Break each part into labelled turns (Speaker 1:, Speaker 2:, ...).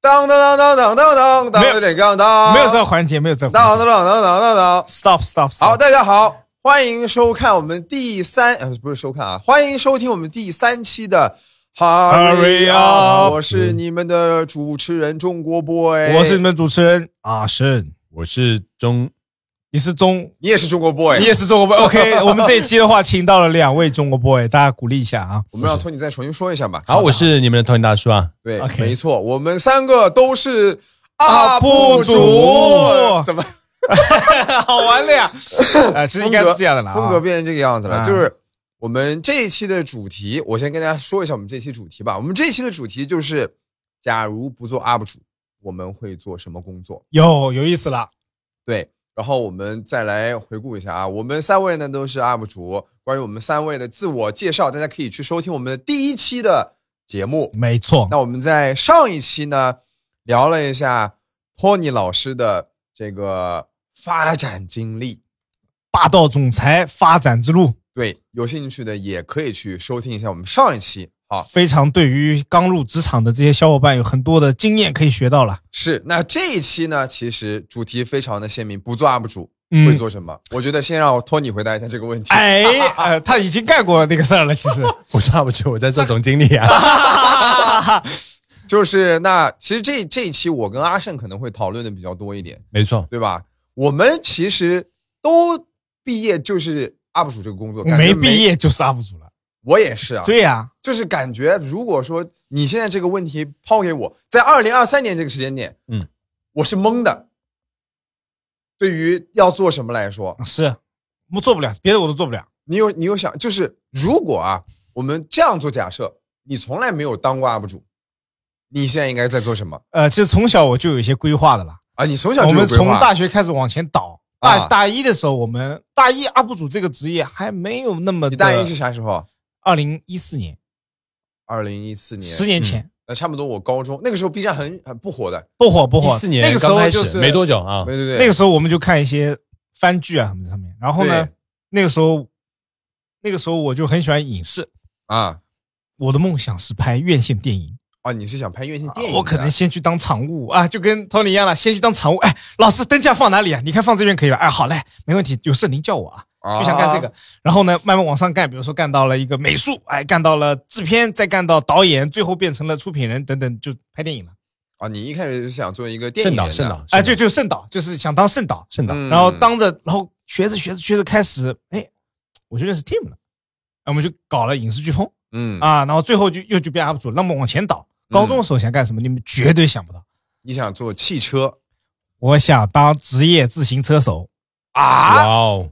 Speaker 1: 当当当当当当当，
Speaker 2: 没有
Speaker 1: 有点杠当，
Speaker 2: 没有这个环节，没有这个
Speaker 1: 当
Speaker 2: 环
Speaker 1: 当
Speaker 2: 节。
Speaker 1: 当当当当当。
Speaker 2: Stop stop stop！
Speaker 1: 好，大家好，欢迎收看我们第三，呃，不是收看啊，欢迎收听我们第三期的啊
Speaker 2: Hurry up
Speaker 1: 我是你们的主持人中国 boy，
Speaker 2: 我是你，们主持人阿胜，
Speaker 3: 我是中，
Speaker 2: 你是中，
Speaker 1: 你也是中国 boy，
Speaker 2: 你也是中国 boy。OK，我们 这一期的话，请到了两位中国 boy，大家鼓励一 下啊。
Speaker 1: 我们让托尼再重新说一下吧。
Speaker 3: 好，我是你们的托尼大叔啊。
Speaker 1: 对
Speaker 2: OK
Speaker 1: 没错，我们三个都是
Speaker 2: 阿
Speaker 1: 布
Speaker 2: 布主
Speaker 1: 怎么
Speaker 2: 好玩的呀！啊，其实应该是这样的啦。
Speaker 1: 风格变成这个样子了？
Speaker 2: 啊
Speaker 1: 就是我们这一期的主题，我先跟大家说一下我们这期主题吧。我们这一期的主题就是，假如不做 UP 主，我们会做什么工作？
Speaker 2: 有有意思了。
Speaker 1: 对，然后我们再来回顾一下啊，我们三位呢都是 UP 主。关于我们三位的自我介绍，大家可以去收听我们的第一期的节目。
Speaker 2: 没错，
Speaker 1: 那我们在上一期呢聊了一下托尼老师的这个发展经历，
Speaker 2: 霸道总裁发展之路，
Speaker 1: 对有兴趣的也可以去收听一下我们上一期。好，
Speaker 2: 非常对于刚入职场的这些小伙伴有很多的经验可以学到了。
Speaker 1: 是那这一期呢，其实主题非常的鲜明，不做 UP 主
Speaker 2: 嗯
Speaker 1: 会做什么？我觉得先让托尼回答一下这个问题。
Speaker 2: 哎， 呃，他已经干过那个事儿了，其实。
Speaker 3: 我是 UP 主，我在做总经理啊。
Speaker 1: 就是那其实这这一期我跟阿胜可能会讨论的比较多一点，
Speaker 3: 没错，
Speaker 1: 对吧？我们其实都毕业就是 UP 主这个工作，
Speaker 2: 我
Speaker 1: 感觉
Speaker 2: 没毕，业就是 UP 主了。
Speaker 1: 我也是啊，
Speaker 2: 对呀、
Speaker 1: 就是感觉，如果说你现在这个问题抛给我，在二零二三年这个时间点，
Speaker 3: 嗯，
Speaker 1: 我是懵的。对于要做什么来说，
Speaker 2: 是，我做不了，别的我都做不了。
Speaker 1: 你有你有想，就是如果啊，我们这样做假设，你从来没有当过 UP 主，你现在应该在做什么
Speaker 2: 呃，其实从小我就有一些规划的啦。
Speaker 1: 啊？你从小就
Speaker 2: 我
Speaker 1: 有
Speaker 2: 们
Speaker 1: 规划
Speaker 2: 从大学开始往前倒，
Speaker 1: 啊
Speaker 2: 大、大一的时候，我们大一 UP 主这个职业还没有那么的。
Speaker 1: 你大一是啥时候？啊
Speaker 2: 二零一四年，
Speaker 1: 二零一四年，嗯
Speaker 2: 十年前、
Speaker 1: 那差不多我高中那个时候 B 站很很不火的，
Speaker 2: 不火不火。
Speaker 3: 一四年
Speaker 2: 那个时
Speaker 3: 刚
Speaker 2: 候
Speaker 3: 开始
Speaker 2: 就是
Speaker 3: 没多久啊
Speaker 1: 对，对对，
Speaker 2: 那个时候我们就看一些番剧啊什么的上面。然后呢
Speaker 1: 对，
Speaker 2: 那个时候，那个时候我就很喜欢影视。
Speaker 1: 啊
Speaker 2: 我的梦想是拍院线电影，
Speaker 1: 啊，你是想拍院线电影
Speaker 2: 啊
Speaker 1: 的？
Speaker 2: 我可能先去当场务啊，就跟 Tony 一样了，先去当场务。哎，老师灯架放哪里啊？你看放这边可以吧？哎，好嘞，没问题，有事您叫我啊。
Speaker 1: 啊
Speaker 2: 就想干这个，然后呢，慢慢往上干，比如说干到了一个美术，哎，干到了制片，再干到导演，最后变成了出品人等等，就拍电影了。
Speaker 1: 啊，你一开始就想做一个电影人
Speaker 3: 圣导，
Speaker 1: 的
Speaker 3: 圣导，
Speaker 2: 哎，就就圣导，就是想当圣导，
Speaker 3: 圣导，
Speaker 1: 嗯
Speaker 2: 然后当着，然后学着学着学着开始，哎，我就认识 Tim 了，哎，我们就搞了影视飓风
Speaker 1: 嗯
Speaker 2: 啊，然后最后就又就变 UP 主，那么往前倒，高中的时候想干什么，你们绝对想不到，
Speaker 1: 你想做汽车
Speaker 2: 我想当职业自行车手。
Speaker 3: 哇
Speaker 1: 啊？
Speaker 3: 哦，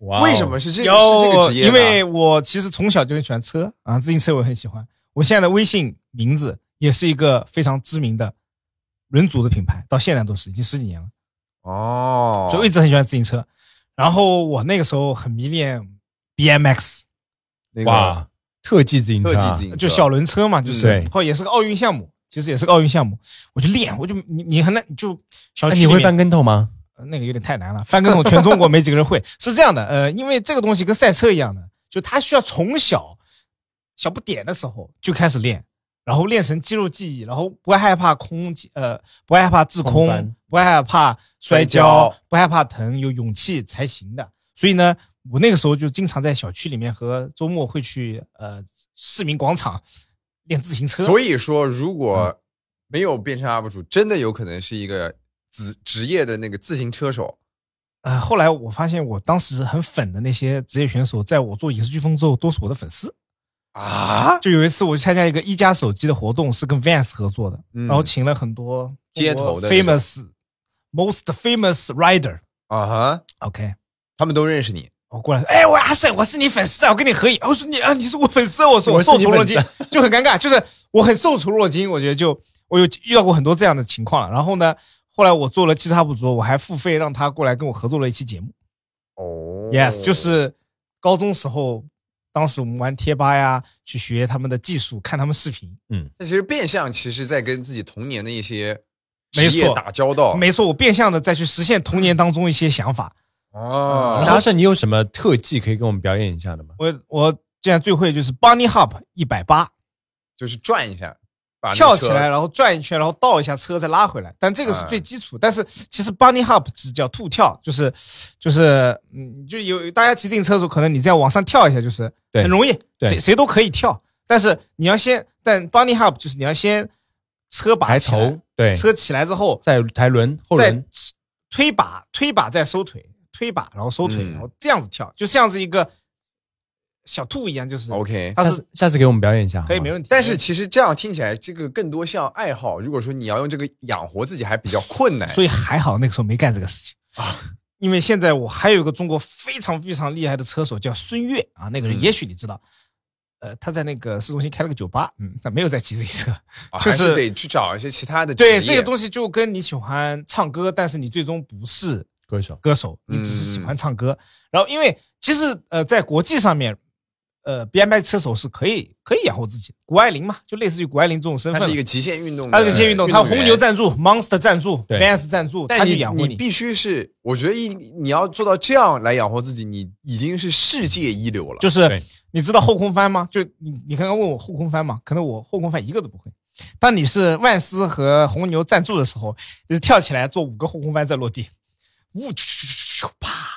Speaker 3: 哇哦
Speaker 1: 为什么？是这个是这个
Speaker 2: 有，
Speaker 1: 职业呢？啊
Speaker 2: 因为我其实从小就很喜欢车啊，自行车我很喜欢。我现在的微信名字也是一个非常知名的轮组的品牌，到现在都是已经十几年了，
Speaker 1: 哦，
Speaker 2: 所以我一直很喜欢自行车。然后我那个时候很迷恋 BMX，
Speaker 1: 那个
Speaker 3: 哇，特技自行
Speaker 1: 特
Speaker 3: 车啊，
Speaker 1: 技自行车
Speaker 2: 就小轮车嘛，
Speaker 1: 嗯
Speaker 2: 就是
Speaker 3: 对
Speaker 2: 然后也是个奥运项目，其实也是个奥运项目，我就练，我就你你很难就小
Speaker 3: 哎
Speaker 2: 区
Speaker 3: 你
Speaker 2: 里面、
Speaker 3: 会翻跟头吗？
Speaker 2: 呃那个有点太难了，翻跟头全中国没几个人会。是这样的，呃，因为这个东西跟赛车一样的，就他需要从小小不点的时候就开始练，然后练成肌肉记忆，然后不害怕空气，呃，不害怕滞
Speaker 3: 空
Speaker 2: 空
Speaker 3: 翻，
Speaker 2: 不害怕摔
Speaker 1: 摔跤
Speaker 2: 跤，不害怕疼，有勇气才行的。所以呢，我那个时候就经常在小区里面和周末会去呃市民广场练自行车。
Speaker 1: 所以说，如果没有变成 UP 主，真的有可能是一个职职业的那个自行车手。
Speaker 2: 呃，后来我发现我当时很粉的那些职业选手，在我做影视飓风之后，都是我的粉丝。
Speaker 1: 啊，
Speaker 2: 就有一次我去参加一个一加手机的活动，是跟 Vans 合作的，
Speaker 1: 嗯
Speaker 2: 然后请了很多
Speaker 1: 街头的那种
Speaker 2: famous most famous rider。
Speaker 1: 啊哈，
Speaker 2: OK，
Speaker 1: 他们都认识你，
Speaker 2: 我过来，哎，我阿胜，我是你粉丝啊，我跟你合影。我说你啊，你是我粉丝啊，我说我
Speaker 3: 我是
Speaker 2: 受
Speaker 3: 你
Speaker 2: 宠若惊
Speaker 3: 粉，
Speaker 2: 就很尴尬，就是我很受宠若惊。我觉得就我有遇到过很多这样的情况了。然后呢，后来我做了其他不足，我还付费让他过来跟我合作了一期节目。
Speaker 1: 哦
Speaker 2: Yes，就是高中时候，当时我们玩贴吧呀，去学他们的技术，看他们视频。
Speaker 1: 那其实变相其实在跟自己童年的一些
Speaker 2: 没
Speaker 1: 职业
Speaker 2: 错
Speaker 1: 打交
Speaker 3: 哦
Speaker 1: 道。
Speaker 2: 没错，我变相的再去实现童年当中一些想法。嗯
Speaker 1: 哦，
Speaker 3: 阿胜，你有什么特技可以给我们表演一下的吗？
Speaker 2: 我我现在最会就是 Bunny Hop 一百八，
Speaker 1: 就是转一下把那
Speaker 2: 跳起
Speaker 1: 车
Speaker 2: 来，然后转一圈，然后倒一下车再拉回来。但这个是最基
Speaker 3: 嗯
Speaker 2: 础。但是其实 bunny hop 只叫兔跳，就是就是嗯，就有大家骑自行车的时候，可能你再往上跳一下，就是
Speaker 3: 对
Speaker 2: 很容易，
Speaker 3: 对
Speaker 2: 谁谁都可以跳。但是你要先，但 bunny hop 就是你要先车把
Speaker 3: 抬
Speaker 2: 起来
Speaker 3: 头，对，
Speaker 2: 车起来之后
Speaker 3: 再抬轮后
Speaker 2: 再
Speaker 3: 轮，
Speaker 2: 推把，推把再收腿，推把然后收腿，
Speaker 1: 嗯
Speaker 2: 然后这样子跳，就像是一个小兔一样，就是
Speaker 1: OK，
Speaker 2: 它
Speaker 3: 下
Speaker 2: 是
Speaker 3: 次下次给我们表演一下，
Speaker 2: 可以
Speaker 3: 好吗
Speaker 2: 没问题。哎
Speaker 1: 但是其实这样听起来，这个更多像爱好。如果说你要用这个养活自己，还比较困难。
Speaker 2: 所以还好那个时候没干这个事情啊。因为现在我还有一个中国非常非常厉害的车手叫孙悦啊，那个人
Speaker 1: 嗯
Speaker 2: 也许你知道，呃，他在那个市中心开了个酒吧，嗯，但没有在骑自行车。
Speaker 1: 啊
Speaker 2: 就
Speaker 1: 还
Speaker 2: 是
Speaker 1: 是得去找一些其他的职业。
Speaker 2: 对，这个东西就跟你喜欢唱歌，但是你最终不是
Speaker 3: 歌手
Speaker 2: 歌手，
Speaker 1: 嗯
Speaker 2: 你只是喜欢唱歌。然后因为其实呃，在国际上面，呃，BMX 车手是可以可以养活自己，谷爱凌嘛，就类似于谷爱凌这种身
Speaker 1: 它
Speaker 2: 份
Speaker 1: 是一
Speaker 2: 了。
Speaker 1: 个极限运动的，
Speaker 2: 他这个新运动，他红牛
Speaker 1: 员
Speaker 2: 赞助、Monster 赞助、
Speaker 3: 对
Speaker 2: Vans 赞助，他
Speaker 1: 但
Speaker 2: 就
Speaker 1: 你
Speaker 2: 养活
Speaker 1: 你必须是，我觉得一你要做到这样来养活自己，你已经是世界一流了。
Speaker 2: 就
Speaker 3: 对
Speaker 2: 是你知道后空翻吗？就你你刚刚问我后空翻嘛，可能我后空翻一个都不会。当你是万斯和红牛赞助的时候，就是跳起来做五个后空翻再落地，呜咻咻咻咻啪，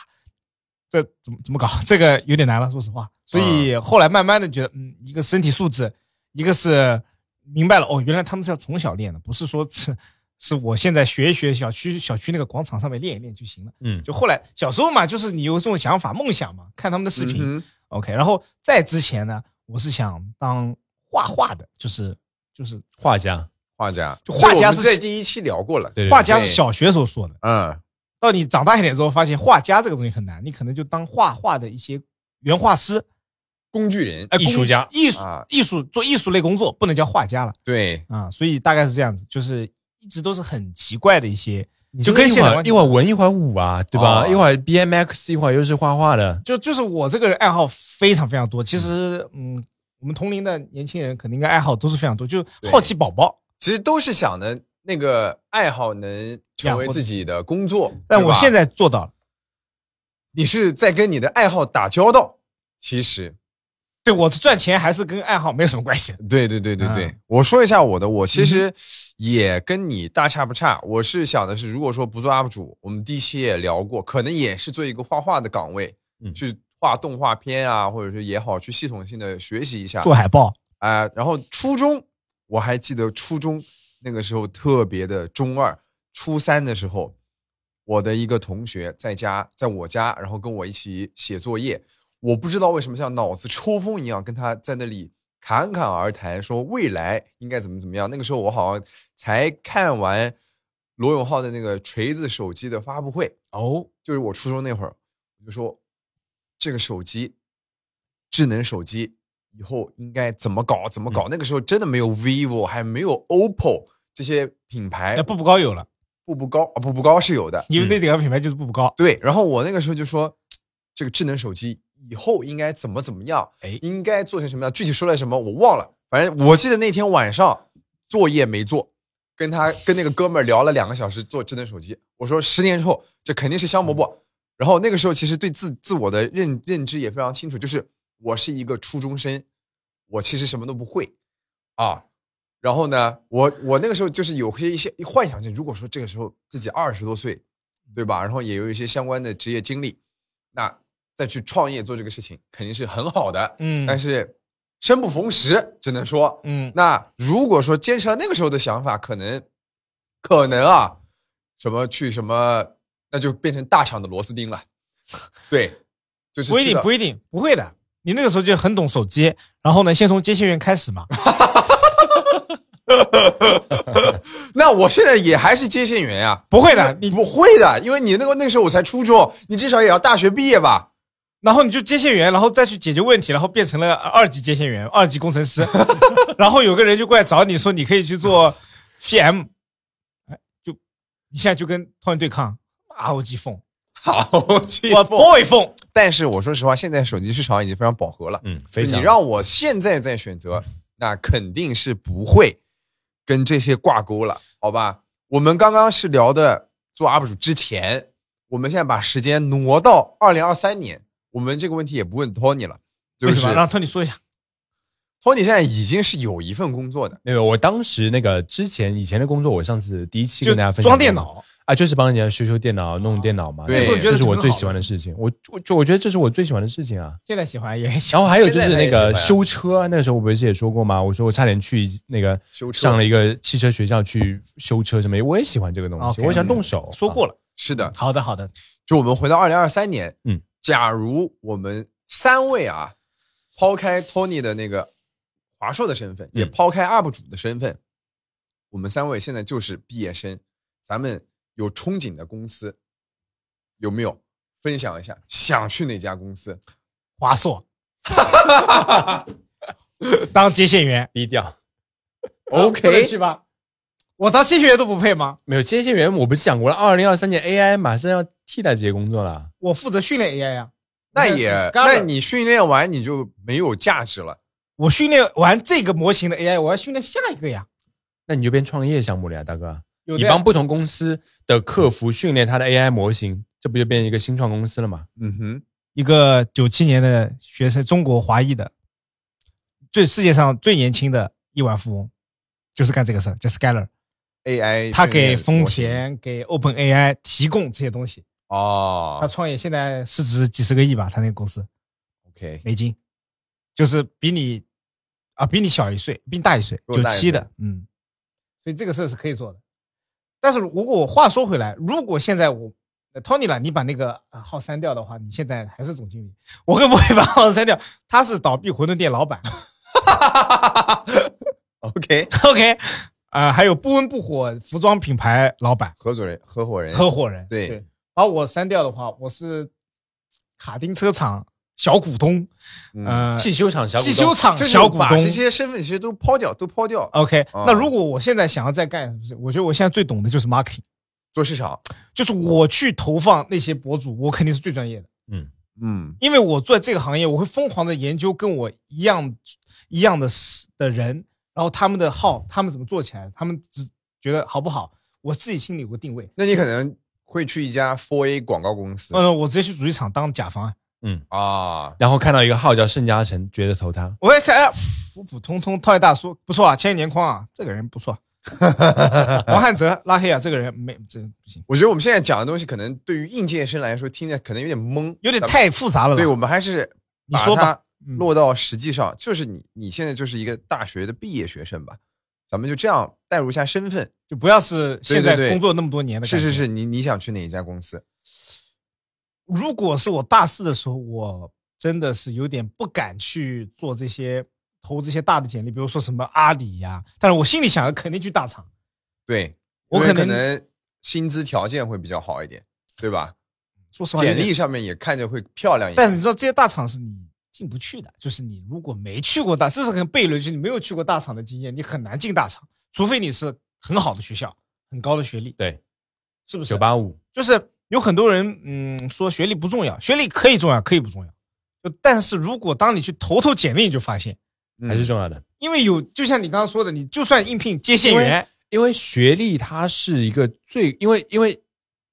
Speaker 2: 这怎么怎么搞？这个有点难了，说实话。所
Speaker 1: 嗯
Speaker 2: 以后来慢慢的觉得，嗯，一个身体素质，一个是明白了哦，原来他们是要从小练的，不是说是是我现在学一学小区小区那个广场上面练一练就行了。
Speaker 3: 嗯
Speaker 2: 就后来小时候嘛，就是你有这种想法、梦想嘛，看他们的视频，
Speaker 1: 嗯哼
Speaker 2: OK，然后在之前呢，我是想当画画的，就是就是
Speaker 3: 画家，
Speaker 1: 画家，
Speaker 2: 就画家
Speaker 1: 这个我们
Speaker 2: 是
Speaker 1: 在第一期聊过了。
Speaker 3: 对对
Speaker 2: 画家是
Speaker 1: 对
Speaker 2: 小学时候说的，
Speaker 1: 嗯，
Speaker 2: 到你长大一点之后，发现画家这个东西很难，你可能就当画画的一些原画师、
Speaker 1: 工具人，
Speaker 2: 哎
Speaker 3: 艺术家
Speaker 2: 工艺术
Speaker 1: 啊
Speaker 2: 艺术做艺术类工作，不能叫画家了
Speaker 1: 对，
Speaker 2: 啊，所以大概是这样子，就是一直都是很奇怪的一些，就跟
Speaker 3: 一
Speaker 2: 现
Speaker 3: 会
Speaker 2: 在
Speaker 3: 儿
Speaker 2: 完全
Speaker 3: 一会儿文一会儿武啊，对吧？
Speaker 1: 哦
Speaker 3: 一会儿 BMX，一会儿又是画画的，
Speaker 2: 就就是我这个人爱好非常非常多，其实嗯，我们同龄的年轻人肯定应该爱好都是非常多，就
Speaker 1: 对
Speaker 2: 好奇宝宝。
Speaker 1: 其实都是想的那个爱好能成为自己的工作。
Speaker 2: 但我现
Speaker 1: 在
Speaker 2: 在做到了，
Speaker 1: 你是在跟你的爱好打交道，其实
Speaker 2: 对我赚钱还是跟爱好没有什么关系。
Speaker 1: 对对对对对，
Speaker 2: 嗯
Speaker 1: 我说一下我的，我其实也跟你大差不差。我是想的是，如果说不做 UP 主，我们第一期也聊过，可能也是做一个画画的岗位，
Speaker 3: 嗯
Speaker 1: 去画动画片啊，或者是也好，去系统性的学习一下。
Speaker 2: 做海报，
Speaker 1: 啊、然后初中我还记得初中那个时候特别的中二，初三的时候，我的一个同学在家，在我家，然后跟我一起写作业，我不知道为什么像脑子抽风一样，跟他在那里侃侃而谈，说未来应该怎么怎么样。那个时候我好像才看完罗永浩的那个锤子手机的发布会，
Speaker 2: 哦，
Speaker 1: 就是我初中那会儿，我就说这个手机，智能手机以后应该怎么搞怎么搞。那个时候真的没有 vivo，还没有 oppo 这些品牌
Speaker 2: 那，步步高有了，
Speaker 1: 步步高啊，步步高是有的。
Speaker 2: 因为那几个品牌就是步步高。
Speaker 1: 对，然后我那个时候就说，这个智能手机以后应该怎么怎么样，
Speaker 2: 哎
Speaker 1: 应该做成什么样，具体说了什么我忘了，反正我记得那天晚上作业没做，跟他跟那个哥们儿聊了两个小时做智能手机，我说十年之后这肯定是香饽饽。然后那个时候其实对自自我的认认知也非常清楚，就是我是一个初中生，我其实什么都不会啊。然后呢，我我那个时候就是有些一些幻想症，如果说这个时候自己二十多岁，对吧？然后也有一些相关的职业经历，那再去创业做这个事情肯定是很好的，
Speaker 2: 嗯
Speaker 1: 但是生不逢时，只能说，
Speaker 2: 嗯，
Speaker 1: 那如果说坚持了那个时候的想法，可能可能啊，什么去什么，那就变成大厂的螺丝 钉了。对，就是
Speaker 2: 不一
Speaker 1: 去
Speaker 2: 定，
Speaker 1: 了
Speaker 2: 不一定，不会的。你那个时候就很懂手机，然后呢，先从接线员开始嘛。
Speaker 1: 那我现在也还是接线员呀、啊
Speaker 2: 不会的，你
Speaker 1: 不会的，因为你那个那时候我才初中，你至少也要大学毕业吧？
Speaker 2: 然后你就接线员，然后再去解决问题，然后变成了二级接线员、二级工程师。 然后有个人就过来找你说，你可以去做 PM，哎，就一下就跟突然对抗 ROG 风，
Speaker 1: 好气
Speaker 2: 我 boy 风，
Speaker 1: 但是我说实话，现在手机市场已经非常饱和了。
Speaker 3: 嗯，
Speaker 1: 就
Speaker 3: 非常
Speaker 1: 你让我现在再选择，那肯定是不会跟这些挂钩了，好吧？我们刚刚是聊的做 UP 主之前，我们现在把时间挪到二零二三年，我们这个问题也不问 Tony 了，就
Speaker 2: 为什
Speaker 1: 是
Speaker 2: 么？让 Tony 说一下，
Speaker 1: Tony 现在已经是有一份工作的，
Speaker 3: 那个我当时那个之前以前的工作，我上次第一期
Speaker 2: 就
Speaker 3: 跟大家分享
Speaker 2: 装
Speaker 3: 过
Speaker 2: 电脑，哦
Speaker 3: 啊，就是帮人家修修电脑、弄电脑嘛。
Speaker 1: 对那时候
Speaker 2: 觉得
Speaker 3: 这是
Speaker 2: 挺
Speaker 3: 我
Speaker 2: 好
Speaker 3: 最
Speaker 2: 的
Speaker 3: 喜欢的事情。我我就我觉得这是我最喜欢的事情啊。
Speaker 2: 现在喜欢也喜欢。
Speaker 3: 然后还有就
Speaker 1: 现
Speaker 3: 是
Speaker 1: 在
Speaker 3: 那个
Speaker 1: 也喜欢啊
Speaker 3: 修车，那时候我不是也说过吗？我说我差点去那个
Speaker 1: 修车
Speaker 3: 上了一个汽车学校去修车什么，我也喜欢这个东西，
Speaker 2: OK，
Speaker 3: 我想动手。啊
Speaker 2: 说过了，
Speaker 1: 是的，
Speaker 2: 好的好的，
Speaker 1: 就我们回到二零二三年，
Speaker 3: 嗯，
Speaker 1: 假如我们三位啊，抛开 Tony 的那个华硕的身份，
Speaker 2: 嗯
Speaker 1: 也抛开 UP 主的身份，我们三位现在就是毕业生，咱们有憧憬的公司，有没有分享一下想去哪家公司？
Speaker 2: 华硕， 当接线 员
Speaker 3: 低调。
Speaker 2: 不能
Speaker 1: OK
Speaker 2: 去吧？我当接线员都不配吗？
Speaker 3: 没有接线员，我不是讲过了，二零二三年 AI 马上要替代这些工作了。
Speaker 2: 我负责训练 AI 呀、
Speaker 1: 那
Speaker 2: 我
Speaker 1: 也
Speaker 2: 是，Scholar
Speaker 1: 那你训练完你就没有价值了。
Speaker 2: 我训练完这个模型的 AI，我要训练下一个呀。
Speaker 3: 那你就变创业项目了呀，大哥！
Speaker 2: 有
Speaker 3: 你
Speaker 2: 的呀
Speaker 3: 帮不同公司的客服训练他的 AI 模型，这不就变成一个新创公司了吗？
Speaker 1: 嗯哼，
Speaker 2: 一个九七年的学生，中国华裔的，最世界上最年轻的亿万富翁，就是干这个事儿，叫 Scalar。
Speaker 1: AI，
Speaker 2: 他
Speaker 1: 训练
Speaker 2: 给丰
Speaker 1: 模型
Speaker 2: 田、给 OpenAI 提供这些东西。他
Speaker 1: 哦
Speaker 2: 创业现在市值几十个亿吧，他那个公司
Speaker 1: ，OK，
Speaker 2: 美金，就是比你啊，比你小一岁，比你大一岁，
Speaker 1: 比我
Speaker 2: 九
Speaker 1: 大一
Speaker 2: 七
Speaker 1: 岁
Speaker 2: 的，嗯，所以这个事儿是可以做的。但是如果我话说回来，如果现在我呃 Tony 了，你把那个呃号删掉的话，你现在还是总经理，我更不会把号删掉。他是倒闭馄饨店老板
Speaker 1: OK，
Speaker 2: ，OK，啊、 还有不温不火服装品牌老板
Speaker 1: 合作人、合伙人、
Speaker 2: 合伙人，
Speaker 1: 哎对
Speaker 2: 对。把我删掉的话，我是卡丁车厂小股东，
Speaker 1: 嗯
Speaker 2: 呃，
Speaker 3: 汽修厂小股
Speaker 2: 汽
Speaker 3: 东
Speaker 2: 修厂
Speaker 1: 就是
Speaker 2: 啊小股
Speaker 1: 把
Speaker 2: 东。
Speaker 1: 这些身份其实都抛掉，都抛掉，
Speaker 2: OK，、
Speaker 1: 啊
Speaker 2: 那如果我现在想要再干什么事，我觉得我现在最懂的就是 marketing，
Speaker 1: 做市场。
Speaker 2: 就是我去投放那些博主，我肯定是最专业的，
Speaker 1: 嗯
Speaker 2: 因为我做这个行业，我会疯狂的研究跟我一样一样的事的人，然后他们的号，他们怎么做起来，他们只觉得好不好，我自己心里有个定位。
Speaker 1: 那你可能会去一家 Four A 广告公司
Speaker 2: 嗯，我直接去主机厂当甲方啊，
Speaker 1: 啊，
Speaker 3: 然后看到一个号叫盛嘉诚，觉得投他。
Speaker 2: 我一看，哎，普普通通套一大叔，不错啊，千年匡啊，这个人不错。王汉泽、拉黑啊，这个人没这不行，
Speaker 1: 我觉得我们现在讲的东西，可能对于应届生来说听着可能有点懵，
Speaker 2: 有点
Speaker 1: 咱们。
Speaker 2: 太复杂了吧。
Speaker 1: 对我们还是
Speaker 2: 你说吧，嗯
Speaker 1: 落到实际上，就是你你现在就是一个大学的毕业学生吧，咱们就这样带入一下身份。
Speaker 2: 就不要是现在
Speaker 1: 对对对
Speaker 2: 工作那么多年的。
Speaker 1: 是是是，，你你想去哪一家公司？
Speaker 2: 如果是我大四的时候，我真的是有点不敢去做这些投这些大的简历，比如说什么阿里呀、但是我心里想的肯定去大厂，
Speaker 1: 对，
Speaker 2: 我
Speaker 1: 因为
Speaker 2: 可
Speaker 1: 可
Speaker 2: 能
Speaker 1: 能薪资条件会比较好一点，对吧？
Speaker 2: 说实话，
Speaker 1: 简
Speaker 2: 啊有
Speaker 1: 历
Speaker 2: 点。
Speaker 1: 上面也看着会漂亮一点。
Speaker 2: 但是你知道这些大厂是你进不去的，就是你如果没去过大，这是很悖论，就是你没有去过大厂的经验，你很难进大厂，除非你是很好的学校、很高的学历，
Speaker 3: 对，
Speaker 2: 是不是？
Speaker 3: 九八五，
Speaker 2: 就是有很多人，嗯，说学历不重要，学历可以重要，可以不重要。就但是如果当你去投投简历，你就发现，
Speaker 1: 嗯
Speaker 3: 还是重要的，
Speaker 2: 因为有就像你刚刚说的，你就算应聘接线
Speaker 3: 因为
Speaker 2: 员，
Speaker 3: 因为学历它是一个最，因为因为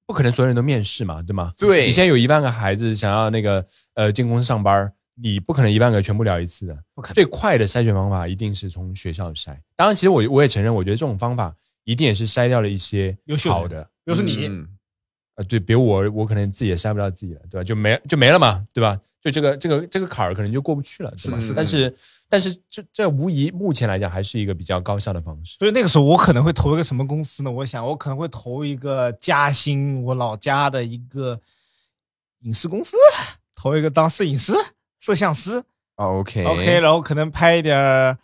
Speaker 3: 不可能所有人都面试嘛，对吗？
Speaker 1: 对
Speaker 3: 你现在有一万个孩子想要那个呃进公司上班，你不可能一万个全部聊一次的。
Speaker 2: 不可能
Speaker 3: 最快的筛选方法一定是从学校筛。当然，其实我我也承认，我觉得这种方法一定也是筛掉了一些
Speaker 2: 优秀的
Speaker 3: 好的。
Speaker 2: 比如说你，
Speaker 1: 嗯
Speaker 3: 呃，对，比如我，我可能自己也筛不到自己了，对吧？就没就没了嘛，对吧？就这个这个这个坎儿可能就过不去了，对吧？
Speaker 1: 是的
Speaker 3: 但
Speaker 1: 是
Speaker 3: 是但是这这无疑目前来讲还是一个比较高效的方式。
Speaker 2: 所以那个时候我可能会投一个什么公司呢？我想我可能会投一个嘉兴，我老家的一个影视公司，投一个当摄影师、摄像师
Speaker 1: 啊，OK
Speaker 2: ，OK，然后可能拍一点儿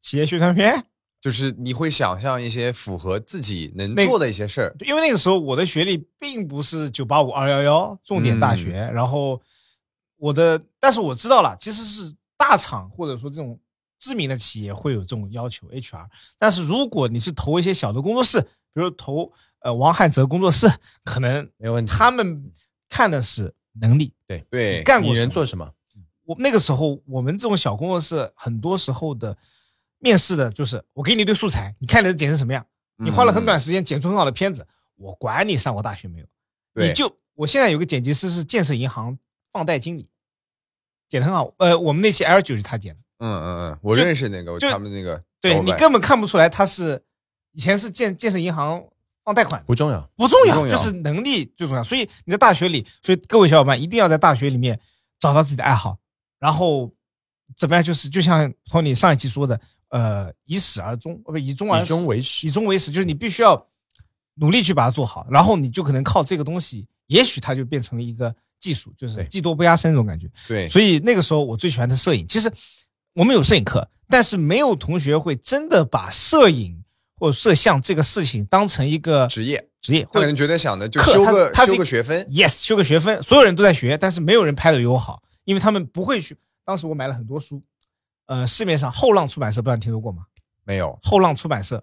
Speaker 2: 企业宣传片，
Speaker 1: 就是你会想象一些符合自己能
Speaker 2: 那个
Speaker 1: 做的一些事儿。
Speaker 2: 因为那个时候我的学历并不是九八五二幺幺重点大学，然后我的，但是我知道了，其实是大厂或者说这种知名的企业会有这种要求 HR，但是如果你是投一些小的工作室，比如投呃王汉泽工作室，可能
Speaker 3: 没有问题
Speaker 2: 他们看的是能力，
Speaker 1: 对，
Speaker 2: 干过
Speaker 3: 你
Speaker 2: 什
Speaker 3: 能
Speaker 2: 么
Speaker 3: 做什么？
Speaker 2: 我那个时候我们这种小工作室，很多时候的面试的就是我给你一堆素材，你看你的剪成什么样，
Speaker 1: 嗯
Speaker 2: 你花了很短时间剪出很好的片子，我管你上过大学没有，
Speaker 1: 对
Speaker 2: 你就我现在有个剪辑师是建设银行放贷经理，剪得很好，呃，我们那期 L 九是他剪的，
Speaker 1: 嗯嗯嗯，我
Speaker 2: 就
Speaker 1: 认识那个
Speaker 2: 就
Speaker 1: 他们那个小
Speaker 2: 对
Speaker 1: 伙伴，
Speaker 2: 你根本看不出来他是以前是建建设银行放贷款的，
Speaker 3: 不重要。
Speaker 2: 不重要，
Speaker 1: 不重要
Speaker 2: 就是能力最重要。所以你在大学里，所以各位小伙伴一定要在大学里面找到自己的爱好，然后怎么样？就是就像托尼上一期说的，呃，以始而终，呃不以终而
Speaker 3: 以终为始
Speaker 2: 以，终为始，就是你必须要努力去把它做好，然后你就可能靠这个东西，也许它就变成了一个技术，就是
Speaker 3: 对
Speaker 2: 技多不压身那种感觉。
Speaker 1: 对，
Speaker 2: 所以那个时候我最喜欢的摄影，其实我们有摄影课，但是没有同学会真的把摄影或者摄像这个事情当成一个
Speaker 1: 职业，
Speaker 2: 职业，
Speaker 1: 他
Speaker 2: 或
Speaker 1: 可
Speaker 2: 者
Speaker 1: 能觉得想的就
Speaker 2: 课
Speaker 1: 修
Speaker 2: 他是
Speaker 1: 个
Speaker 2: 他是
Speaker 1: 修个学分，
Speaker 2: yes 修个学分，所有人都在学，但是没有人拍的比我好，因为他们不会去。当时我买了很多书，呃，市面上后浪出版社，不知道你听说过吗？
Speaker 1: 没有，
Speaker 2: 后浪出版社，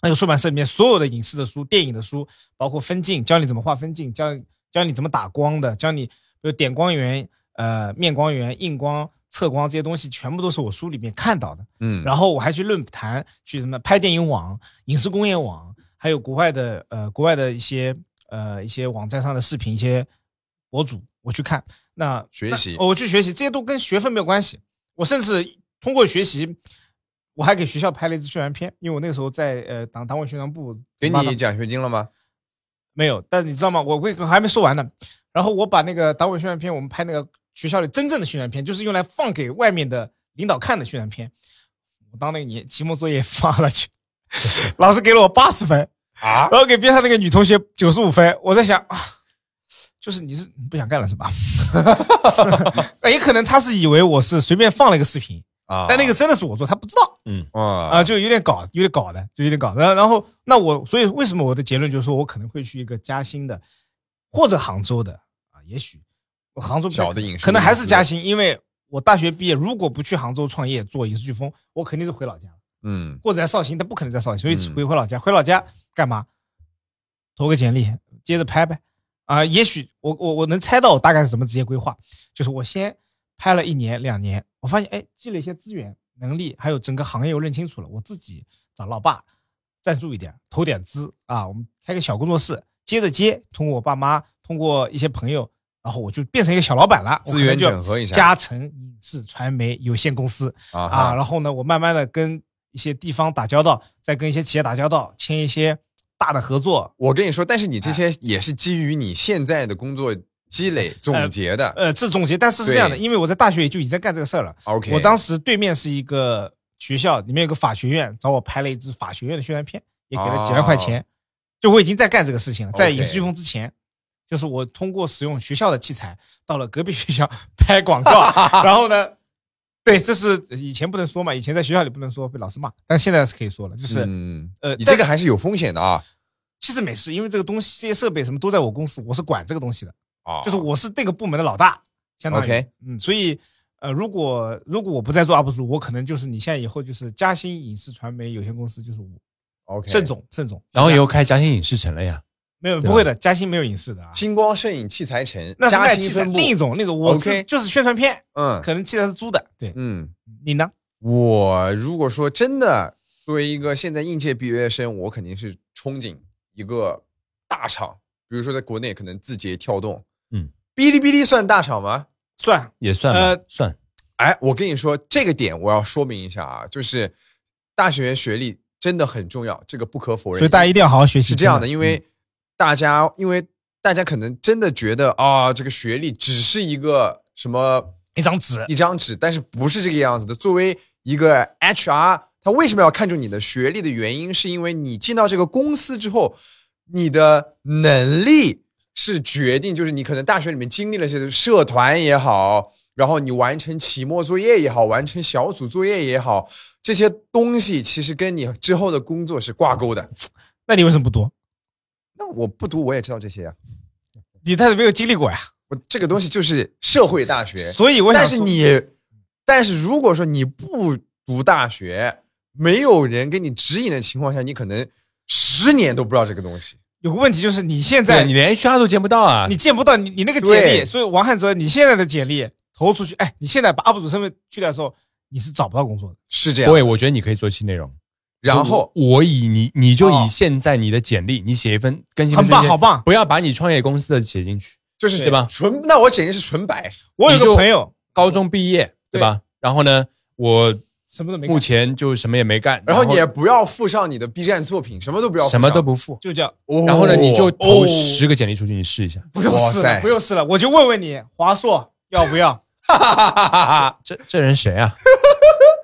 Speaker 2: 那个出版社里面所有的影视的书、电影的书，包括分镜，教你怎么画分镜，教教你怎么打光的，教你比如点光源、呃面光源、硬光、侧光这些东西，全部都是我书里面看到的。
Speaker 1: 嗯，
Speaker 2: 然后我还去论坛、去什么拍电影网、影视工业网，还有国外的呃国外的一些呃一些网站上的视频、一些博主，我去看。那
Speaker 1: 学
Speaker 2: 那
Speaker 1: 习
Speaker 2: 哦我去学习，这些都跟学分没有关系。我甚至通过学习，我还给学校拍了一支宣传片，因为我那个时候在呃党党委宣传部
Speaker 1: 给
Speaker 2: 妈的
Speaker 1: 你奖学金了吗？
Speaker 2: 没有，但是你知道吗？我会我还没说完呢。然后我把那个党委宣传片，我们拍那个学校里真正的宣传片，就是用来放给外面的领导看的宣传片。我当那个年期末作业发了去， 老师给了我八十分，
Speaker 1: 啊，
Speaker 2: 然后给边上那个女同学九十五分。我在想啊，就是你是你不想干了是吧？ 哎也可能他是以为我是随便放了一个视频，
Speaker 1: 啊
Speaker 2: 但那个真的是我做，他不知道。啊、
Speaker 1: 啊，
Speaker 2: 就有点搞，有点搞的，就有点搞的。然后然后，那我所以为什么我的结论就是说我可能会去一个嘉兴的，或者杭州的啊，也许我杭州不太
Speaker 1: 小的影视
Speaker 2: 可能还是嘉
Speaker 1: 公司
Speaker 2: 兴，因为我大学毕业如果不去杭州创业做影视飓风，我肯定是回老家，
Speaker 1: 嗯，
Speaker 2: 或者在绍兴，但不可能在绍兴，所以
Speaker 1: 嗯
Speaker 2: 回回老家，回老家干嘛？投个简历，接着拍呗。啊、也许我我我能猜到我大概是什么职业规划，就是我先拍了一年两年，我发现哎，积累一些资源、能力，还有整个行业我认清楚了，我自己找老爸赞助一点，投点资啊，我们开个小工作室，接着接，通过我爸妈，通过一些朋友，然后我就变成一个小老板了，我
Speaker 1: 资源
Speaker 2: 可能就
Speaker 1: 整合一下
Speaker 2: 嘉诚影视传媒有限公司，
Speaker 1: 啊
Speaker 2: 啊，
Speaker 1: 哈
Speaker 2: 然后呢，我慢慢的跟一些地方打交道，再跟一些企业打交道，签一些大的合作。
Speaker 1: 我跟你说，但是你这
Speaker 2: 哎
Speaker 1: 些也是基于你现在的工作积累总结的。
Speaker 2: 呃，这总结，但是是这样的，
Speaker 1: 啊对
Speaker 2: 因为我在大学也就已经在干这个事儿了。
Speaker 1: OK，
Speaker 2: 我当时对面是一个学校，里面有个法学院，找我拍了一支法学院的宣传片，也给了几万块钱。就我已经在干这个事情了，在
Speaker 1: 哦 OK
Speaker 2: 影视飓风之前。就是我通过使用学校的器材，到了隔壁学校 拍广 告，然后呢，对，这是以前不能说嘛，以前在学校里不能说，被老师骂，但现在是可以说了，就是、
Speaker 1: 嗯，
Speaker 2: 呃
Speaker 1: 你这
Speaker 2: 但是
Speaker 1: 个还是有风险的啊
Speaker 2: 其实没事，因为这个东西、这些设备什么都在我公司，我是管这个东西的，
Speaker 1: 啊，
Speaker 2: 就是我是这个部门的老大，相当于
Speaker 1: OK
Speaker 2: 嗯，所以呃，如果如果我不再做 UP 主，我可能就是你现在以后就是嘉兴影视传媒有限公司就是我
Speaker 1: OK
Speaker 2: 盛总，盛总，
Speaker 3: 然后以后开嘉兴影视城了呀，
Speaker 2: 没有
Speaker 3: 对吧
Speaker 2: 不会的，嘉兴没有影视的啊，
Speaker 1: 星光摄影器材城，
Speaker 2: 那是
Speaker 1: 嘉
Speaker 2: 卖
Speaker 1: 兴
Speaker 2: 器材
Speaker 1: 分部
Speaker 2: 另，一种那种，我
Speaker 1: OK
Speaker 2: 是就是宣传片，
Speaker 1: 嗯
Speaker 2: 可能器材是租的，对
Speaker 1: 嗯，
Speaker 2: 你呢？
Speaker 1: 我如果说真的作为一个现在应届毕业生，我肯定是憧憬一个大厂，比如说在国内可能字节跳动，
Speaker 3: 嗯，
Speaker 1: 哔哩哔哩算大厂吗？
Speaker 2: 算
Speaker 3: 也算吧
Speaker 2: 呃，
Speaker 3: 算。
Speaker 1: 哎，我跟你说这个点我要说明一下啊，就是大学学历真的很重要，这个不可否认。
Speaker 2: 所以大家一定要好好学习。
Speaker 1: 是这样的，
Speaker 2: 真
Speaker 1: 因为大家因为大家可能真的觉得啊，这个学历只是一个什么
Speaker 2: 一张纸，
Speaker 1: 一张纸，但是不是这个样子的。作为一个 HR，他为什么要看重你的学历的原因，是因为你进到这个公司之后，你的能力是决定，就是你可能大学里面经历了一些社团也好，然后你完成期末作业也好，完成小组作业也好，这些东西其实跟你之后的工作是挂钩的。
Speaker 2: 那你为什么不读？
Speaker 1: 那我不读我也知道这些呀、
Speaker 2: 你但是没有经历过呀，
Speaker 1: 我这个东西就是社会大学，
Speaker 2: 所以我想
Speaker 1: 但
Speaker 2: 说，
Speaker 1: 是你，但是如果说你不读大学，没有人给你指引的情况下，你可能十年都不知道这个东西。
Speaker 2: 有个问题就是你现在
Speaker 3: 对你连 HR 都见不到啊，
Speaker 2: 你见不到你你那个简历，
Speaker 1: 对
Speaker 2: 所以王汉泽，你现在的简历投出去，哎，你现在把 UP 主身份去掉的时候，你是找不到工作的。
Speaker 1: 是这样。
Speaker 3: 对，我觉得你可以做期内容。
Speaker 1: 然后
Speaker 3: 就我我以你，你就
Speaker 1: 哦
Speaker 3: 以现在你的简历，你写一份更新一份
Speaker 2: 很棒
Speaker 3: 推荐
Speaker 2: 好棒
Speaker 3: 不要把你创业公司的写进去。
Speaker 1: 就是
Speaker 3: 对吧
Speaker 1: 纯，那我简直是纯白。
Speaker 2: 我有
Speaker 3: 你
Speaker 2: 个
Speaker 3: 就
Speaker 2: 朋友，
Speaker 3: 高中毕业，对吧？然后呢，我
Speaker 2: 什么都没干
Speaker 3: 目，前就什么也没干，
Speaker 1: 然后你也不要附上你的 B 站作品，什么都不要附
Speaker 3: 什
Speaker 1: 上，
Speaker 3: 么都不付，
Speaker 2: 就叫
Speaker 1: 哦。
Speaker 3: 然后呢，你就投
Speaker 2: 哦
Speaker 3: 十个简历出去，你试一下，
Speaker 2: 不用试
Speaker 1: 哇
Speaker 2: 了，
Speaker 1: 塞
Speaker 2: 不用试了，我就问问你，华硕要不 要？
Speaker 3: 这这人谁啊？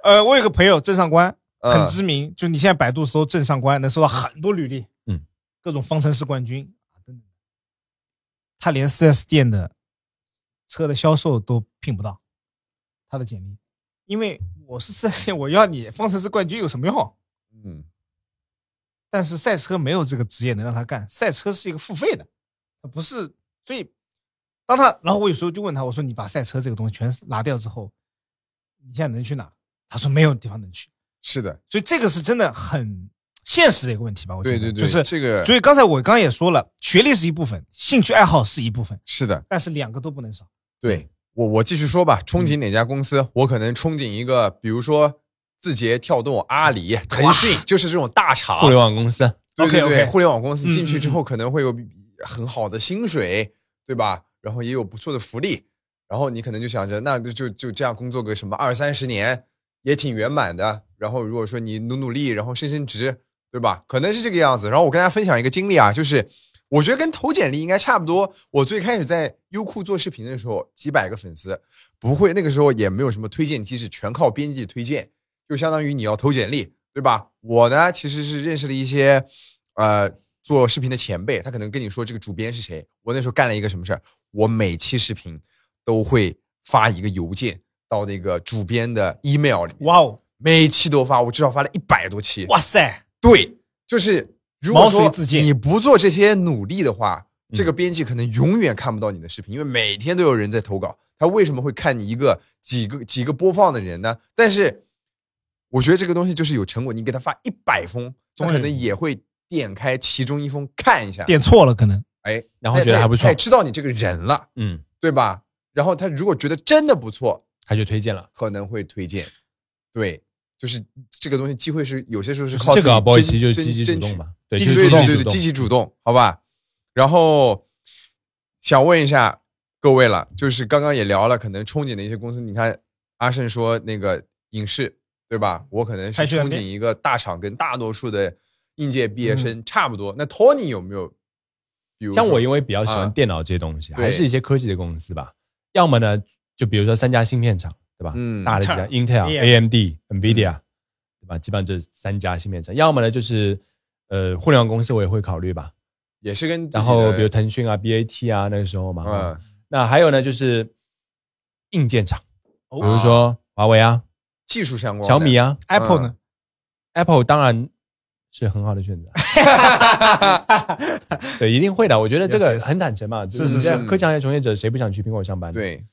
Speaker 2: 呃，我有个朋友郑上官很
Speaker 1: 嗯
Speaker 2: 知名，就你现在百度搜郑上官，能搜到很多履历，
Speaker 3: 嗯，
Speaker 2: 各种方程式冠军啊等等。他连 4S 店的车的销售都聘不到，他的简历，因为我是 4S 店，我要你方程式冠军有什么用？
Speaker 1: 嗯，
Speaker 2: 但是赛车没有这个职业能让他干，赛车是一个付费的，它不是。所以，当他，然后我有时候就问他，我说你把赛车这个东西全拿掉之后，你现在能去哪？他说没有地方能去。
Speaker 1: 是的，
Speaker 2: 所以这个是真的很现实的一个问题吧？我觉
Speaker 1: 对
Speaker 2: 得
Speaker 1: 对对，
Speaker 2: 就是
Speaker 1: 这个
Speaker 2: 所以刚才我刚刚也说了，学历是一部分，兴趣爱好是一部分，
Speaker 1: 是的，
Speaker 2: 但是两个都不能少。
Speaker 1: 对我我继续说吧，憧
Speaker 3: 嗯
Speaker 1: 憬哪家公司？我可能憧憬一个，比如说字节跳动、阿里、腾讯，就是这种大厂，
Speaker 3: 互联网公司，啊
Speaker 1: 对对
Speaker 2: OK，OK
Speaker 1: 对，互联网公司进去
Speaker 2: 嗯嗯
Speaker 1: 之后可能会有比很好的薪水，对吧？然后也有不错的福利，然后你可能就想着，那就就就这样工作个什么二三十年，也挺圆满的。然后如果说你努努力，然后升升职，对吧？可能是这个样子。然后我跟大家分享一个经历啊，就是我觉得跟投简历应该差不多。我最开始在优酷做视频的时候，几百个粉丝，不会那个时候也没有什么推荐机制，全靠编辑推荐，就相当于你要投简历，对吧？我呢其实是认识了一些呃做视频的前辈，他可能跟你说这个主编是谁。我那时候干了一个什么事儿，我每期视频都会发一个邮件到那个主编的 email 里面，
Speaker 2: 哇哦，
Speaker 1: 每一期都发，我至少发了一百多期。
Speaker 2: 哇塞，
Speaker 1: 对，就是如果
Speaker 2: 毛遂
Speaker 1: 说
Speaker 2: 自荐
Speaker 1: 你不做这些努力的话，
Speaker 3: 嗯
Speaker 1: 这个编辑可能永远看不到你的视频，因为每天都有人在投稿。他为什么会看你一个几个几个播放的人呢？但是我觉得这个东西就是有成果，你给他发一百封，他
Speaker 2: 总有
Speaker 1: 可能也会点开其中一封看一下，
Speaker 2: 点错了可能。
Speaker 1: 哎，
Speaker 3: 然后觉得还不
Speaker 1: 他
Speaker 3: 错
Speaker 1: 也，知道你这个人了，
Speaker 3: 嗯，
Speaker 1: 对吧？然后他如果觉得真的不错，
Speaker 3: 他就推荐了。
Speaker 1: 可能会推荐。对，就是这个东西，机会是有些时候是靠
Speaker 3: 这个啊，
Speaker 1: 自己
Speaker 3: 不好意
Speaker 1: 争
Speaker 3: 思，就是
Speaker 1: 争
Speaker 3: 积极主
Speaker 1: 争
Speaker 3: 动
Speaker 1: 取
Speaker 3: 嘛，对，
Speaker 1: 积
Speaker 3: 就
Speaker 1: 极主
Speaker 3: 是积
Speaker 1: 动，对
Speaker 3: 极主
Speaker 1: 对，
Speaker 3: 动
Speaker 1: 积，极主动，好吧。然后想问一下各位了，就是刚刚也聊了，可能憧憬的一些公司，你看阿胜说那个影视，对吧？我可能是
Speaker 2: 拍剧
Speaker 1: 憧
Speaker 2: 短
Speaker 1: 憬
Speaker 2: 片嗯
Speaker 1: 一个大厂，跟大多数的应届毕业生差不多。那托尼有没有？比如
Speaker 3: 像我，
Speaker 1: 为
Speaker 3: 因为比较喜
Speaker 1: 啊
Speaker 3: 欢电脑这些东西，
Speaker 1: 对
Speaker 3: 还是一些科技的公司吧。要么呢，就比如说三家芯片厂，对吧？
Speaker 1: 嗯
Speaker 3: 大的几家
Speaker 2: 差
Speaker 3: ，Intel、
Speaker 2: Yeah
Speaker 3: AMD、NVIDIA，对吧？基本上这三家芯片厂。要么呢，就是呃，互联网公司我也会考虑吧。
Speaker 1: 也是跟自
Speaker 3: 然
Speaker 1: 己
Speaker 3: 后
Speaker 1: 的
Speaker 3: 比如腾讯啊、BAT 啊，那个时候嘛。
Speaker 1: 嗯
Speaker 3: 那还有呢，就是硬件厂，
Speaker 2: 哦
Speaker 3: 比如说华为啊、
Speaker 1: 技术相关的
Speaker 3: 小米啊、
Speaker 2: Apple 呢？
Speaker 3: Apple，当然是很好的 选择。
Speaker 1: 嗯
Speaker 3: 对，一定会的。我觉得这
Speaker 2: Yes,
Speaker 3: 个
Speaker 2: yes.
Speaker 3: 很坦诚嘛，就是
Speaker 2: 是
Speaker 3: 你在
Speaker 1: 是
Speaker 3: 科技行业从业者谁不想去苹果上班？，
Speaker 1: 对，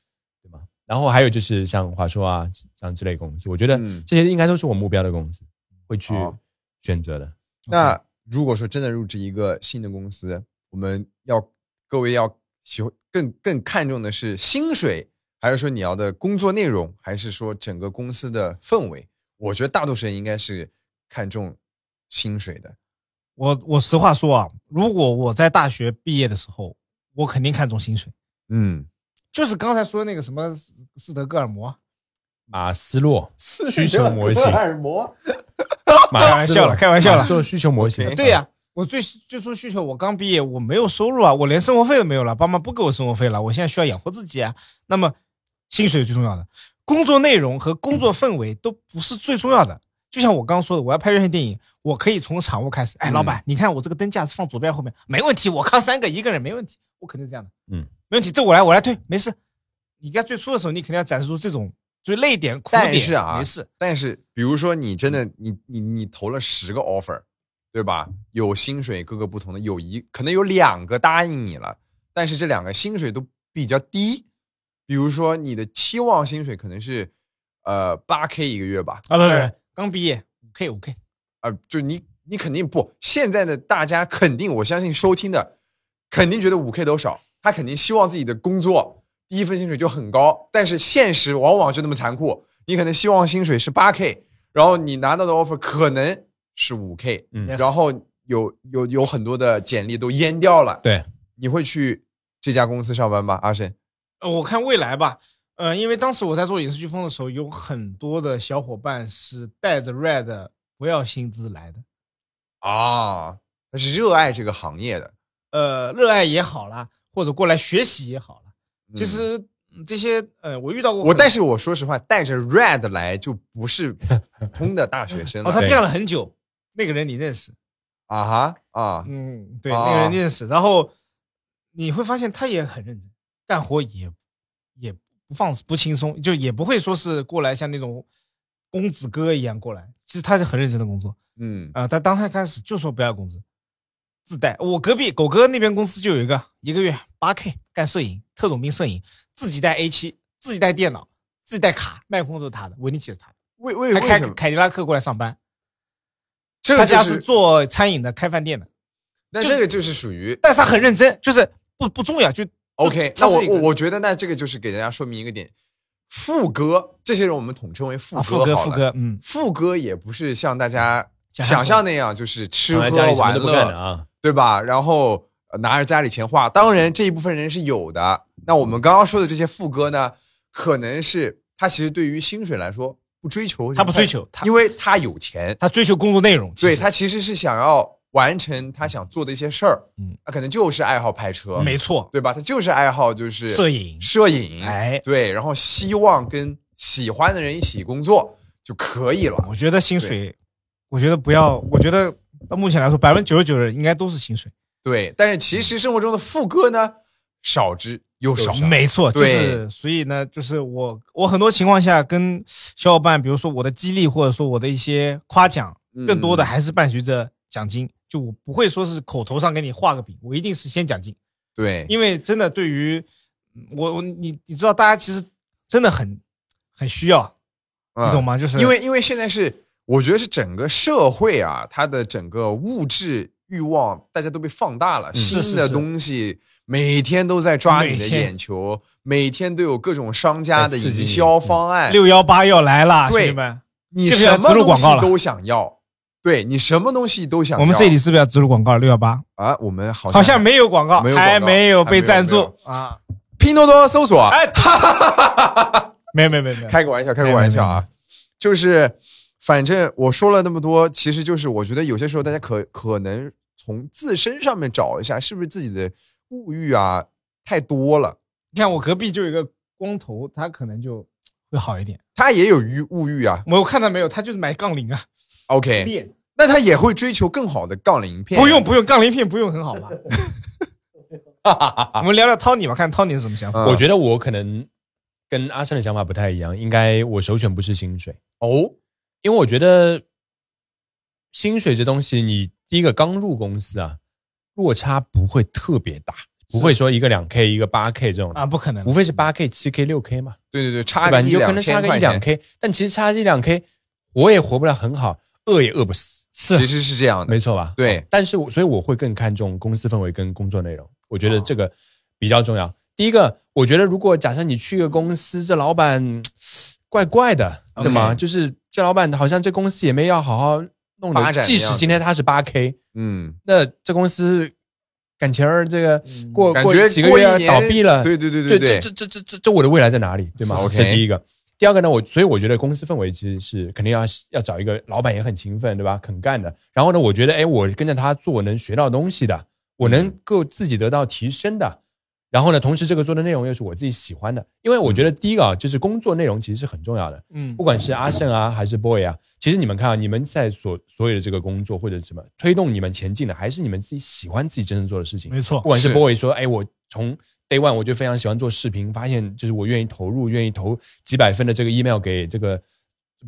Speaker 3: 对吗？然后还有就是像华硕啊，像之类公司，我觉得
Speaker 1: 嗯
Speaker 3: 这些应该都是我目标的公司会去
Speaker 2: 哦
Speaker 1: 好
Speaker 3: 选择的。
Speaker 1: 那如果说真的入职一个新的公司，我们要各位要喜欢更更看重的是薪水，还是说你要的工作内容，还是说整个公司的氛围？我觉得大多数人应该是看重薪水的。
Speaker 2: 我我实话说啊，如果我在大学毕业的时候，我肯定看重薪水，
Speaker 1: 嗯，
Speaker 2: 就是刚才说的那个什么斯斯德哥尔摩，
Speaker 3: 马斯洛需求模型，
Speaker 1: 尔摩，
Speaker 3: 马
Speaker 2: 哦开玩
Speaker 3: 斯
Speaker 2: 笑
Speaker 3: 洛
Speaker 2: 了开玩笑了
Speaker 3: 马斯洛需求模型
Speaker 1: OK，
Speaker 2: 对呀、我最最初需求，我刚毕业，我没有收入啊，我连生活费都没有了，爸妈不给我生活费了，我现在需要养活自己啊。那么，薪水是最重要的，工作内容和工作氛围都不是最重要的。就像我刚说的，我要拍院线电影，我可以从场务开始。哎，
Speaker 1: 嗯
Speaker 2: 老板，你看我这个灯架是放左边后面，没问题，我扛三个，一个人没问题，我肯定这样的。
Speaker 3: 嗯，
Speaker 2: 没问题，这我来，我来推，没事。你在最初的时候，你肯定要展示出这种最累点、苦点，
Speaker 1: 但是啊
Speaker 2: 没事。
Speaker 1: 但是比如说你真的你你你投了十个 offer，对吧？有薪水各个不同的，有一可能有两个答应你了，但是这两个薪水都比较低。比如说你的期望薪水可能是呃八 k 一个月吧，
Speaker 2: 啊，不不不，刚毕业五 K 五 K，
Speaker 1: 啊、就你你肯定不，现在的大家肯定，我相信收听的肯定觉得五 K 都少，他肯定希望自己的工作第一份薪水就很高，但是现实往往就那么残酷，你可能希望薪水是八 K，然后你拿到的 offer 可能是五 K，
Speaker 3: 嗯
Speaker 2: Yes
Speaker 1: 然后有有有很多的简历都淹掉了，
Speaker 3: 对，
Speaker 1: 你会去这家公司上班吗？阿胜，
Speaker 2: 呃我看未来吧，呃，因为当时我在做影视飓风的时候，有很多的小伙伴是带着 Red 不要薪资来的，
Speaker 1: 啊，他是热爱这个行业的。
Speaker 2: 呃，热爱也好啦，或者过来学习也好啦。
Speaker 1: 嗯
Speaker 2: 其实、嗯这些呃，我遇到 过
Speaker 1: 我，
Speaker 2: 很
Speaker 1: 但是我说实话，带着 Red 来就不是普通的大学 生了。
Speaker 2: 哦，他
Speaker 3: 对
Speaker 2: 干了很久，那个人你认识，
Speaker 1: 啊哈啊，
Speaker 2: 嗯，对，
Speaker 1: 啊
Speaker 2: 那个人认识，然后你会发现他也很认真，干活也也不放不轻松，就也不会说是过来像那种公子哥一样过来，其实他是很认真的工作
Speaker 1: 嗯
Speaker 2: 啊、他当他开始就说不要工资，自带。我隔壁狗哥那边公司就有一个，一个月八 K 干摄影，特种兵摄影，自己带 A 七，自己带电脑，自己带卡，麦克风都是他的，维尼奇是他的，
Speaker 1: 为为
Speaker 2: 还
Speaker 1: 为
Speaker 2: 开
Speaker 1: 什么？
Speaker 2: 凯迪拉克过来上班，
Speaker 1: 这
Speaker 2: 他
Speaker 1: 个就
Speaker 2: 家是做餐饮的，开饭店的。
Speaker 1: 那这个就是属于
Speaker 2: 但是他很认真，就是不不重要，就
Speaker 1: OK。
Speaker 2: 他
Speaker 1: 那
Speaker 2: 是
Speaker 1: 我
Speaker 2: 一个
Speaker 1: 我我觉得，那这个就是给大家说明一个点，副歌这些人我们统称为副歌
Speaker 2: 啊副歌
Speaker 1: 好
Speaker 2: 副
Speaker 1: 了。
Speaker 2: 歌，嗯，
Speaker 1: 副歌也不是像大家
Speaker 2: 讲
Speaker 1: 想象那样，就是吃
Speaker 3: 躺在
Speaker 1: 喝
Speaker 3: 家里什么
Speaker 1: 玩
Speaker 3: 都不干的
Speaker 1: 乐，
Speaker 3: 啊，
Speaker 1: 对吧？然后呃拿着家里钱花，当然这一部分人是有的。那我们刚刚说的这些副歌呢，可能是他其实对于薪水来说不追求，
Speaker 2: 他不追，求，他
Speaker 1: 因为他有钱，
Speaker 2: 他追求工作内容，其
Speaker 1: 对
Speaker 2: 实
Speaker 1: 他其实是想要完成他想做的一些事儿。
Speaker 2: 嗯
Speaker 1: 嗯，他可能就是爱好拍车，
Speaker 2: 没错，
Speaker 1: 对吧？他就是爱好就是
Speaker 2: 摄影
Speaker 1: 摄影，
Speaker 2: 哎
Speaker 1: 对，然后希望跟喜欢的人一起工作就可以了。
Speaker 2: 我觉得薪水，我觉得不要，我觉得到目前来说，百分之九十九的人应该都是薪水，
Speaker 1: 对，但是其实生活中的副歌呢，少之又少。
Speaker 2: 没错，就
Speaker 1: 对
Speaker 2: 是所以呢，就是我我很多情况下跟小伙伴，比如说我的激励或者说我的一些夸奖，
Speaker 1: 嗯
Speaker 2: 更多的还是伴随着奖金，就我不会说是口头上给你画个饼，我一定是先奖金。
Speaker 1: 对，
Speaker 2: 因为真的对于嗯我我你你知道，大家其实真的很很需要，
Speaker 1: 嗯
Speaker 2: 你懂？吗？就是
Speaker 1: 因为因为现在是，我觉得是整个社会啊，它的整个物质欲望，大家都被放大了，
Speaker 2: 是嗯是
Speaker 1: 新的
Speaker 2: 是
Speaker 1: 东西。每天都在抓你
Speaker 2: 每
Speaker 1: 的
Speaker 2: 天
Speaker 1: 眼球，每天都有各种商家的
Speaker 3: 在刺激
Speaker 1: 营
Speaker 3: 你
Speaker 1: 销方案，
Speaker 2: 嗯六幺八要来啦，
Speaker 1: 对
Speaker 2: 兄弟们，
Speaker 1: 你
Speaker 2: 这个要
Speaker 1: 什么
Speaker 2: 植入
Speaker 1: 东
Speaker 2: 广
Speaker 1: 西
Speaker 2: 告了
Speaker 1: 都想要，对你什么东西都想要。
Speaker 2: 我们这里是不是要植入广告？六幺八
Speaker 1: 啊，我们好像
Speaker 2: 好像没有广告，
Speaker 1: 没有广告
Speaker 2: 还没有被赞
Speaker 1: 还没有
Speaker 2: 助啊，
Speaker 1: 拼多多搜索，
Speaker 2: 哎，没有没有没有没有，
Speaker 1: 开个玩笑，开个玩笑啊，就是反正我说了那么多，其实就是我觉得有些时候大家可可能从自身上面找一下，是不是自己的物欲啊太多了。
Speaker 2: 你看我隔壁就有一个光头，他可能就会好一点。
Speaker 1: 他也有欲物欲啊
Speaker 2: 我看到没有，他就是买杠铃啊，
Speaker 1: ，OK，
Speaker 2: 练
Speaker 1: 那他也会追求更好的杠铃片。
Speaker 2: 不用，不用杠铃片不用 很好吧？我们聊聊 Tony 吧，看 Tony 是什么想法。
Speaker 1: 嗯
Speaker 3: 我觉得我可能跟阿胜的想法不太一样，应该我首选不是薪水，
Speaker 1: 哦，
Speaker 3: 因为我觉得薪水这东西，你第一个刚入公司啊，落差不会特别大，不会说一个两 K 一个八 K 这种的
Speaker 2: 啊，不可能
Speaker 3: 无，非是八 K 七 K 六 K 嘛，
Speaker 1: 对对对，差
Speaker 3: 对吧？
Speaker 1: 个
Speaker 3: 你
Speaker 1: 一
Speaker 3: 就可
Speaker 1: 两
Speaker 3: 能差
Speaker 1: 千
Speaker 3: 个
Speaker 1: 块
Speaker 3: 一两
Speaker 1: 钱，
Speaker 3: K，但其实差一两 K，活也活不了很好，饿也饿不死，
Speaker 2: 是
Speaker 1: 其实是这样的
Speaker 3: 没，错吧？
Speaker 1: 对，
Speaker 3: 但是我所以我会更看重公司氛围跟工作内容，我觉得这
Speaker 1: 哦
Speaker 3: 个比较重要。第一个，我觉得如果假设你去一个公司，这老板嗯怪怪的，对吗？就是这老板好像这公司也没要好好弄
Speaker 1: 发
Speaker 3: 的，
Speaker 1: 展的
Speaker 3: 即使今天他是八 K，
Speaker 1: 嗯，
Speaker 3: 那这公司感情儿这个
Speaker 2: 嗯
Speaker 3: 过
Speaker 1: 感
Speaker 3: 过
Speaker 1: 觉
Speaker 3: 几个
Speaker 1: 过一
Speaker 3: 月要
Speaker 1: 年
Speaker 3: 倒闭了，
Speaker 1: 对对对
Speaker 3: 对
Speaker 1: 对
Speaker 3: 这，这这这这我的未来在哪里，对吗
Speaker 1: 是
Speaker 3: ？OK，
Speaker 1: 是
Speaker 3: 这第一个。第二个呢，我所以我觉得公司氛围其实是肯定要要找一个老板也很勤奋，对吧？肯干的。然后呢，我觉得哎，我跟着他做，我能学到东西的，我能够自己得到提升的。然后呢，同时这个做的内容又是我自己喜欢的，因为我觉得第一个啊，就是工作内容其实是很重要的。
Speaker 2: 嗯
Speaker 3: 不管是阿胜啊，还是 boy 啊，其实你们看啊，你们在所所有的这个工作或者什么推动你们前进的，还是你们自己喜欢自己真正做的事情。
Speaker 2: 没错
Speaker 3: 不管是
Speaker 1: 是
Speaker 3: boy 说，哎，我从 day one 我就非常喜欢做视频，发现就是我愿意投入，愿意投几百分的这个 email 给这个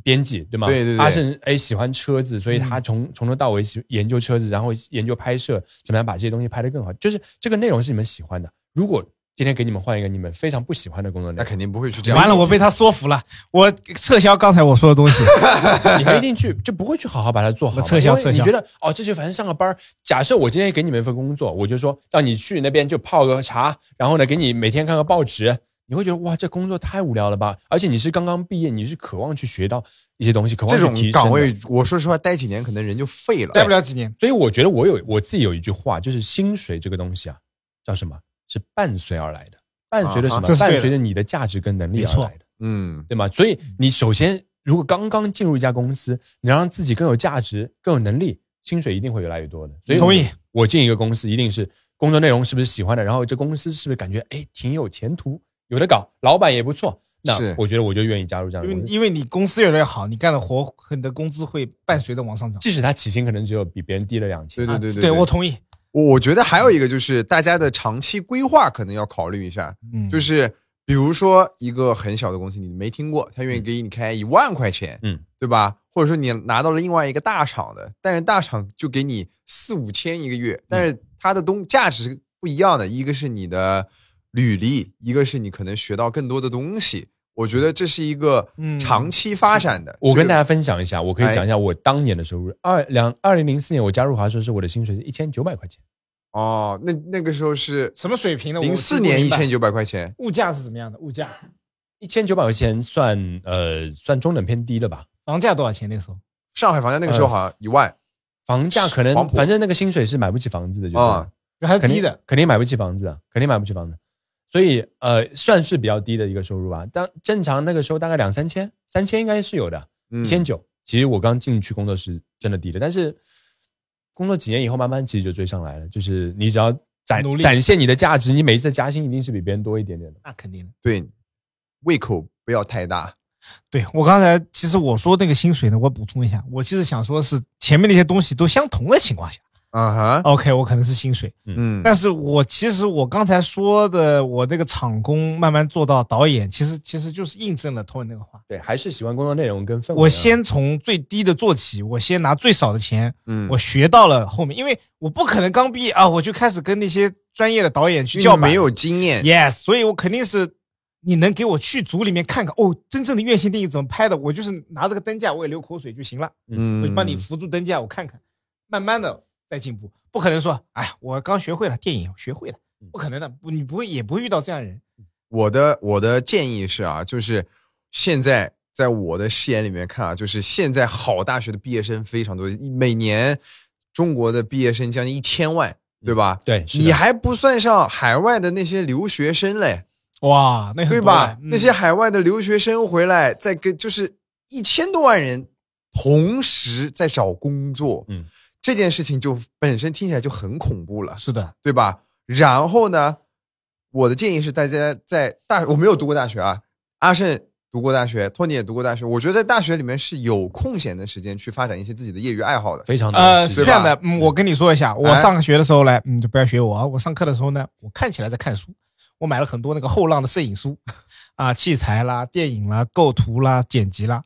Speaker 3: 编辑，对吗？
Speaker 1: 对对对
Speaker 3: 阿胜哎喜欢车子，所以他从、从头到尾喜研究车子，然后研究拍摄，怎么样把这些东西拍得更好，就是这个内容是你们喜欢的。如果今天给你们换一个你们非常不喜欢的工作内
Speaker 1: 那
Speaker 3: 容，
Speaker 1: 肯定不会去这样。
Speaker 2: 完了，我被他说服了，我撤销刚才我说的东西。
Speaker 3: 你们一定去就不会去好好把它做好嘛，
Speaker 2: 撤销
Speaker 3: 因为
Speaker 2: 撤
Speaker 3: 你
Speaker 2: 销
Speaker 3: 觉得哦，这就反正上个班儿假设我今天给你们一份工作，我就说让你去那边就泡个茶，然后呢给你每天看个报纸，你会觉得哇，这工作太无聊了吧？而且你是刚刚毕业，你是渴望去学到一些东西，渴望
Speaker 1: 这
Speaker 3: 去
Speaker 1: 种
Speaker 3: 提升的
Speaker 1: 岗位，我说实话，待几年可能人就废了。
Speaker 2: 待不了几年，
Speaker 3: 所以我觉得我有我自己有一句话，就是薪水这个东西啊，叫什么？是伴随而来的。伴随着什么
Speaker 1: 啊？
Speaker 2: 这是对的
Speaker 3: 伴随着你的价值跟能力
Speaker 2: 没
Speaker 3: 而
Speaker 2: 错
Speaker 3: 来的，
Speaker 1: 嗯，
Speaker 3: 对吗？所以你首先如果刚刚进入一家公司，你要让自己更有价值、更有能力，薪水一定会越来越多的。所以
Speaker 2: 同意
Speaker 3: 我，我进一个公司一定是工作内容是不是喜欢的，然后这公司是不是感觉哎挺有前途，有的搞，老板也不错，那
Speaker 1: 是
Speaker 3: 我觉得我就愿意加入这
Speaker 1: 嗯
Speaker 3: 样的
Speaker 2: 因
Speaker 3: 公
Speaker 2: 为
Speaker 3: 司。
Speaker 2: 因为你公司越来越好，你干的活和你的工资会伴随着往上涨。
Speaker 3: 即使他起薪可能只有比别人低了两
Speaker 1: 对，对
Speaker 3: 千
Speaker 1: 对
Speaker 2: 啊
Speaker 1: 对
Speaker 2: 对我同意。
Speaker 1: 我我觉得还有一个就是大家的长期规划可能要考虑一下，
Speaker 2: 嗯，
Speaker 1: 就是比如说一个很小的公司你没听过，他愿意给你开一万块钱，
Speaker 3: 嗯，
Speaker 1: 对吧？或者说你拿到了另外一个大厂的，但是大厂就给你四五千一个月，但是它的东价值是不一样的，一个是你的履历，一个是你可能学到更多的东西。我觉得这是一个
Speaker 2: 嗯
Speaker 1: 长期发展的。
Speaker 3: 我跟大
Speaker 1: 家
Speaker 3: 家分享一下，我可以讲一下我当年的收入。二两二零零四年我加入华硕时，我的薪水是一千九百块钱，
Speaker 1: 哦，那那个时候是
Speaker 2: 什么水平呢？我
Speaker 1: 零四年一千
Speaker 2: 九，
Speaker 1: 九百块钱，
Speaker 2: 物价是怎么样的？物价
Speaker 3: 一千九百块钱算呃算中等偏低了吧？
Speaker 2: 房价多少钱那时候？
Speaker 1: 上海房价那个时候好像一万。
Speaker 3: 房价可
Speaker 1: 黄
Speaker 3: 能
Speaker 1: 埔
Speaker 3: 反正那个薪水是买不起房子的，就是、
Speaker 1: 啊
Speaker 2: 就还是
Speaker 3: 肯
Speaker 2: 低
Speaker 3: 定
Speaker 2: 的，
Speaker 3: 肯定买不起房子啊，肯定买不起房子。所以呃算是比较低的一个收入吧。当正常那个时候大概两三千，三千应该是有的，
Speaker 1: 嗯
Speaker 3: 一千九。其实我刚进去工作是真的低的，但是工作几年以后，慢慢其实就追上来了。就是你只要展
Speaker 2: 努力
Speaker 3: 展现你的价值，你每一次的加薪一定是比别人多一点点的。
Speaker 2: 那肯定的。
Speaker 1: 对，胃口不要太大。
Speaker 2: 对我刚才其实我说那个薪水呢，我补充一下，我其实想说是前面那些东西都相同的情况下
Speaker 1: 啊哈，
Speaker 2: ，OK，我可能是薪水，
Speaker 1: 嗯，
Speaker 2: 但是我其实我刚才说的，我那个场工慢慢做到导演，其实其实就是印证了 Tony 那个话。
Speaker 3: 对，还是喜欢工作内容跟氛围啊。
Speaker 2: 我先从最低的做起，我先拿最少的钱，
Speaker 1: 嗯
Speaker 2: 我学到了后面，因为我不可能刚毕业啊，我就开始跟那些专业的导演去
Speaker 1: 因为
Speaker 2: 叫
Speaker 1: 你
Speaker 2: 板，
Speaker 1: 没有经验，
Speaker 2: yes，所以我肯定是你能给我去组里面看看哦，真正的院线电影怎么拍的，我就是拿这个灯架我也流口水就行了，
Speaker 1: 嗯，
Speaker 2: 我就帮你扶住灯架我看看，慢慢的再进步，不可能说哎我刚学会了电影学会了，不可能的，不你不会也不会遇到这样的人，
Speaker 1: 我的我的建议是啊，就是现在在我的视野里面看啊，就是现在好大学的毕业生非常多，一每年中国的毕业生将近一千万，对吧？
Speaker 3: 对，嗯是的
Speaker 1: 你还不算上海外的那些留学生嘞，
Speaker 2: 哇，那很
Speaker 1: 对
Speaker 2: 多
Speaker 1: 吧
Speaker 2: 哎？嗯
Speaker 1: 那些海外的留学生回来，再跟就是一千多万人同时在找工作，
Speaker 3: 嗯，
Speaker 1: 这件事情就本身听起来就很恐怖了。
Speaker 2: 是的，
Speaker 1: 对吧？然后呢，我的建议是大家在大，我没有读过大学啊，阿胜读过大学，托尼也读过大学，我觉得在大学里面是有空闲的时间去发展一些自己的业余爱好的。
Speaker 3: 非常
Speaker 2: 呃，
Speaker 1: 是
Speaker 2: 是
Speaker 1: 吧
Speaker 2: 这样的，嗯，我跟你说一下，我
Speaker 1: 哎
Speaker 2: 上学的时候呢，嗯，就不要学我啊。我上课的时候呢，我看起来在看书，我买了很多那个后浪的摄影书，啊，器材啦、电影啦、构图啦、剪辑啦，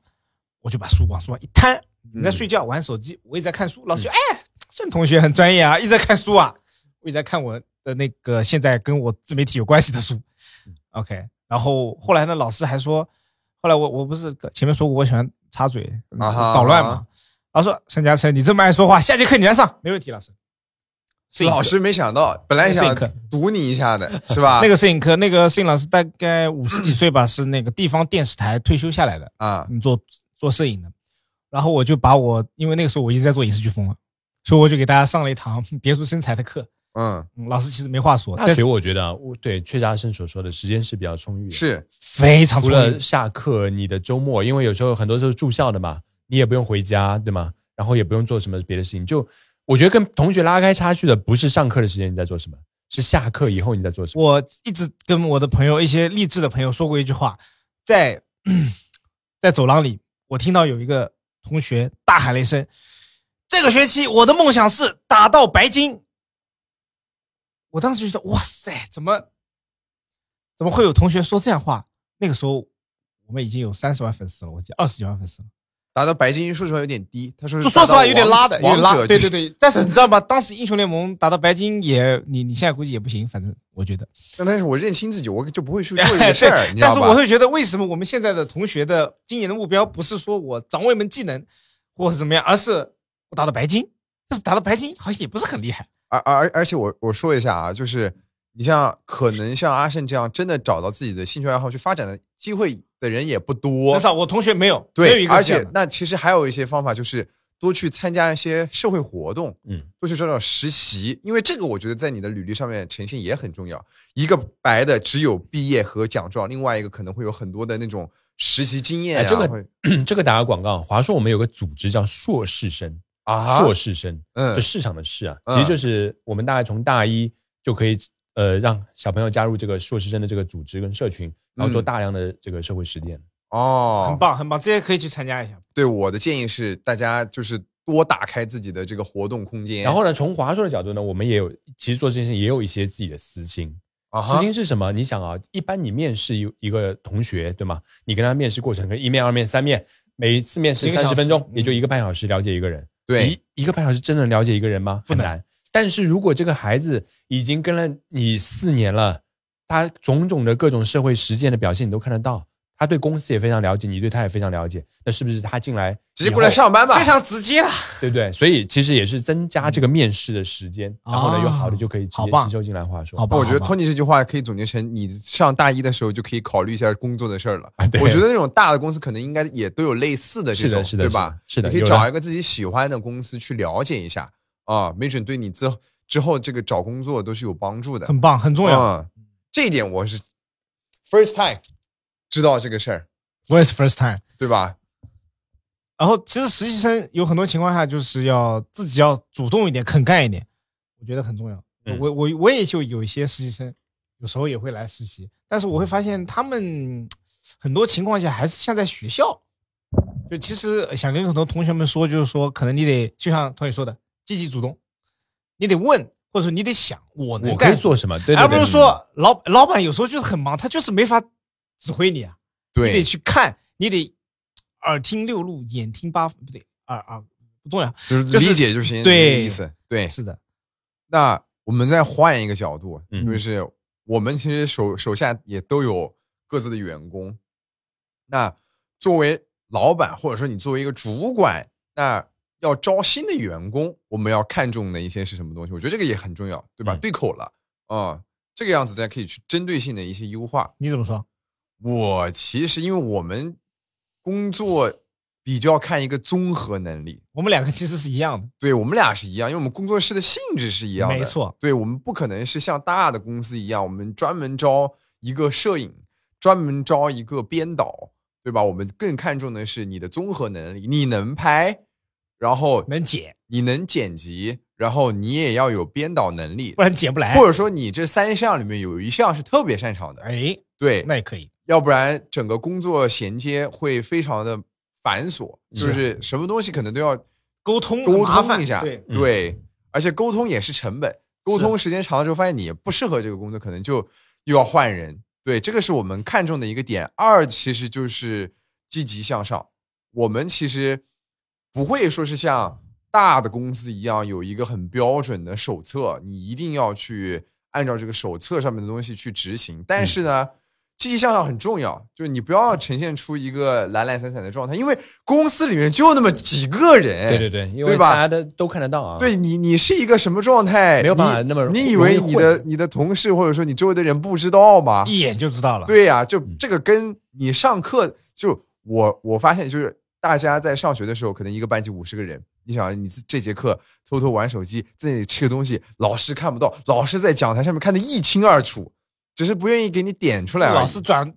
Speaker 2: 我就把书往书上一摊。你在睡觉玩手机，我一直在看书。老师就哎，
Speaker 1: 嗯
Speaker 2: 郑同学很专业啊，一直在看书啊。我一直在看我的那个现在跟我自媒体有关系的书。OK，然后后来呢，老师还说，后来我我不是前面说过我喜欢插嘴、嗯
Speaker 1: 啊哈
Speaker 2: 捣乱
Speaker 1: 啊
Speaker 2: 嘛
Speaker 1: 哈，
Speaker 2: 老师说：“沈嘉诚，你这么爱说话，下节课你来上，没问题，老师。摄影课”
Speaker 1: 老师没想到，本来
Speaker 2: 摄
Speaker 1: 想
Speaker 2: 影课
Speaker 1: 堵你一下的是吧？
Speaker 2: 那个摄影课，那个摄影老师大概五十几岁吧，是那个地方电视台退休下来的，
Speaker 1: 啊，
Speaker 2: 嗯，做做摄影的。然后我就把我，因为那个时候我一直在做影视剧风了，所以我就给大家上了一堂别出心裁的课。
Speaker 1: 嗯，
Speaker 2: 嗯，老师其实没话说，
Speaker 3: 大
Speaker 2: 但
Speaker 3: 学我觉得啊，我对确实阿生所说的时间是比较充裕的，
Speaker 1: 是
Speaker 2: 非常
Speaker 3: 除
Speaker 2: 聪
Speaker 3: 了
Speaker 2: 明。
Speaker 3: 下课，你的周末，因为有时候很多时候住校的嘛，你也不用回家，对吗？然后也不用做什么别的事情，就我觉得跟同学拉开差距的不是上课的时间你在做什么，是下课以后你在做什么。
Speaker 2: 我一直跟我的朋友，一些励志的朋友说过一句话，在在走廊里，我听到有一个同学大喊了一声：“这个学期我的梦想是打到白金。”我当时就觉得，哇塞，怎么怎么会有同学说这样话？那个时候我们已经有三十万粉丝了，我记二十几万粉丝了。
Speaker 1: 达到白金，说实话有点低。他说
Speaker 2: 就是说实话有点拉的，
Speaker 1: 达
Speaker 2: 有
Speaker 1: 到王
Speaker 2: 点拉。
Speaker 1: 王者
Speaker 2: 对
Speaker 1: 级
Speaker 2: 对对，但是你知道吧？当时英雄联盟打到白金也，你你现在估计也不行，反正我觉得。
Speaker 1: 但但是我认清自己，我就不会去做这 个事儿，你知
Speaker 2: 哎但
Speaker 1: 道
Speaker 2: 是
Speaker 1: 吧？
Speaker 2: 我会觉得，为什么我们现在的同学的今年的目标不是说我掌握一门技能 或者怎么样，而是我打到白金，但打到白金好像也不是很厉害。
Speaker 1: 而而而且我我说一下啊，就是你像可能像阿胜这样真的找到自己的兴趣爱好去发展的机会的人也不多
Speaker 2: 至，少我同学没有，没有
Speaker 1: 对，
Speaker 2: 一个
Speaker 1: 而
Speaker 2: 是这样
Speaker 1: 且
Speaker 2: 的
Speaker 1: 那其实还有一些方法，就是多去参加一些社会活动，
Speaker 3: 嗯，
Speaker 1: 多去找找实习，因为这个我觉得在你的履历上面呈现也很重要。一个白的只有毕业和奖状，另外一个可能会有很多的那种实习经验、啊
Speaker 3: 哎这个
Speaker 1: 会
Speaker 3: 这个打个广告，啊华硕我们有个组织叫硕士生，
Speaker 1: 啊，
Speaker 3: 硕士生，
Speaker 1: 嗯
Speaker 3: 就市场的市啊，
Speaker 1: 嗯
Speaker 3: 其实就是我们大概从大一就可以呃让小朋友加入这个硕士生的这个组织跟社
Speaker 1: 嗯
Speaker 3: 群，然后做大量的这个社会实践。
Speaker 1: 哦，
Speaker 2: 很棒很棒，这些可以去参加一下。
Speaker 1: 对我的建议是，大家就是多打开自己的这个活动空间。
Speaker 3: 然后呢，从华硕的角度呢，我们也有其实做这件事情也有一些自己的私心。
Speaker 1: 啊
Speaker 3: 私
Speaker 1: 哈，
Speaker 3: 心是什么？你想啊，一般你面试一一个同学，对吗？你跟他面试过程，可能一面、二面、三面，每一次面试
Speaker 2: 一个小
Speaker 3: 三
Speaker 2: 时
Speaker 3: 十分钟，
Speaker 2: 嗯
Speaker 3: 也就一个半小时了解一个人。
Speaker 1: 对，
Speaker 3: 一一个半小时真能了解一个人吗？很难。但是如果这个孩子已经跟了你四年了，他种种的各种社会实践的表现你都看得到，他对公司也非常了解，你对他也非常了解，那是不是他进来
Speaker 1: 直接过来
Speaker 3: 以后，
Speaker 1: 上班吧
Speaker 2: 非。常直接了，
Speaker 3: 对不对？所以其实也是增加这个面试的时间，
Speaker 2: 嗯
Speaker 3: 然后呢，
Speaker 2: 哦
Speaker 3: 有好的就可以直
Speaker 2: 好
Speaker 3: 接
Speaker 2: 棒
Speaker 3: 吸收进来话说。
Speaker 1: 那
Speaker 2: 好棒
Speaker 1: 哦我觉得托尼这句话可以总结成：你上大一的时候就可以考虑一下工作的事儿了。
Speaker 3: 啊对
Speaker 1: 我觉得那种大的公司可能应该也都有类似的这
Speaker 3: 是
Speaker 1: 种，
Speaker 3: 的是的
Speaker 1: 对吧？
Speaker 3: 是的
Speaker 1: 你可以
Speaker 3: 有的
Speaker 1: 找一个自己喜欢的公司去了解一下啊，没准对你之后之后这个找工作都是有帮助的。
Speaker 2: 很棒，很重要。
Speaker 1: 嗯，这一点我是 first time 知道这个事儿，
Speaker 2: 我也是 first time。
Speaker 1: 对吧？
Speaker 2: 然后其实实习生有很多情况下就是要自己要主动一点，肯干一点，我觉得很重要。
Speaker 3: 嗯
Speaker 2: 我我我也就有一些实习生，有时候也会来实习，但是我会发现他们很多情况下还是像在学校。就其实想跟很多同学们说，就是说可能你得就像同学说的，积极主动，你得问，或者说你得想我能
Speaker 3: 我可
Speaker 2: 干
Speaker 3: 以做什么？对对对，嗯
Speaker 2: 而不是
Speaker 3: 对
Speaker 2: 说老老板有时候就是很忙，他就是没法指挥你啊。你得
Speaker 1: 对，
Speaker 2: 去看，你得耳听六路，眼听八方不对，耳耳不重要。
Speaker 1: 就是
Speaker 2: 就是
Speaker 1: 理解就行，
Speaker 2: 对
Speaker 1: 你的意思，对，
Speaker 2: 是的，
Speaker 1: 那我们再换一个角度，
Speaker 3: 嗯
Speaker 1: 就是我们其实手手下也都有各自的员工。那作为老板，或者说你作为一个主管，那要招新的员工，我们要看重的一些是什么东西？我觉得这个也很重要，对吧？
Speaker 3: 嗯
Speaker 1: 对口了啊、嗯这个样子大家可以去针对性的一些优化。
Speaker 2: 你怎么说？
Speaker 1: 我其实因为我们工作比较看一个综合能力，
Speaker 2: 我们两个其实是一样的，
Speaker 1: 对我们俩是一样，因为我们工作室的性质是一样的，
Speaker 2: 没错。
Speaker 1: 对我们不可能是像大的公司一样，我们专门招一个摄影，专门招一个编导，对吧？我们更看重的是你的综合能力，你能拍，然后
Speaker 2: 能剪，
Speaker 1: 你能剪辑，然后你也要有编导能力
Speaker 2: 不，然剪不来。
Speaker 1: 或者说你这三项里面有一项是特别擅长的，
Speaker 2: 哎，
Speaker 1: 对，
Speaker 2: 那也可以。
Speaker 1: 要不然整个工作衔接会非常的繁琐，就是什么东西可能都要。
Speaker 2: 沟通
Speaker 1: 沟
Speaker 2: 很麻烦
Speaker 1: 通一下，
Speaker 2: 对，
Speaker 3: 嗯
Speaker 1: 而且沟通也是成本，沟通时间长了之后，发现你也不适合这个工作，可能就又要换人。对，这个是我们看重的一个点。二其实就是积极向上，我们其实不会说是像大的公司一样有一个很标准的手册，你一定要去按照这个手册上面的东西去执行。但是呢，
Speaker 3: 嗯
Speaker 1: 积极向上很重要，就是你不要呈现出一个懒懒散散的状态，因为公司里面就那么几个人，
Speaker 3: 对对对，因
Speaker 1: 哎对
Speaker 3: 为
Speaker 1: 吧
Speaker 3: 大家的都看得到啊。
Speaker 1: 对你，你是一个什么状态？
Speaker 3: 没有
Speaker 1: 你
Speaker 3: 办法那么容
Speaker 1: 你以
Speaker 3: 容易
Speaker 1: 为你
Speaker 3: 混
Speaker 1: 的你的同事或者说你周围的人不知道吗？
Speaker 2: 一眼就知道了。，
Speaker 1: 啊对呀、就
Speaker 2: 嗯
Speaker 1: 这个跟你上课就我我发现就是大家在上学的时候，可能一个班级五十个人，你想你这这节课偷偷玩手机，在那里吃个东西，老师看不到，老师在讲台上面看得一清二楚，只是不愿意给你点出来而已。
Speaker 2: 老师转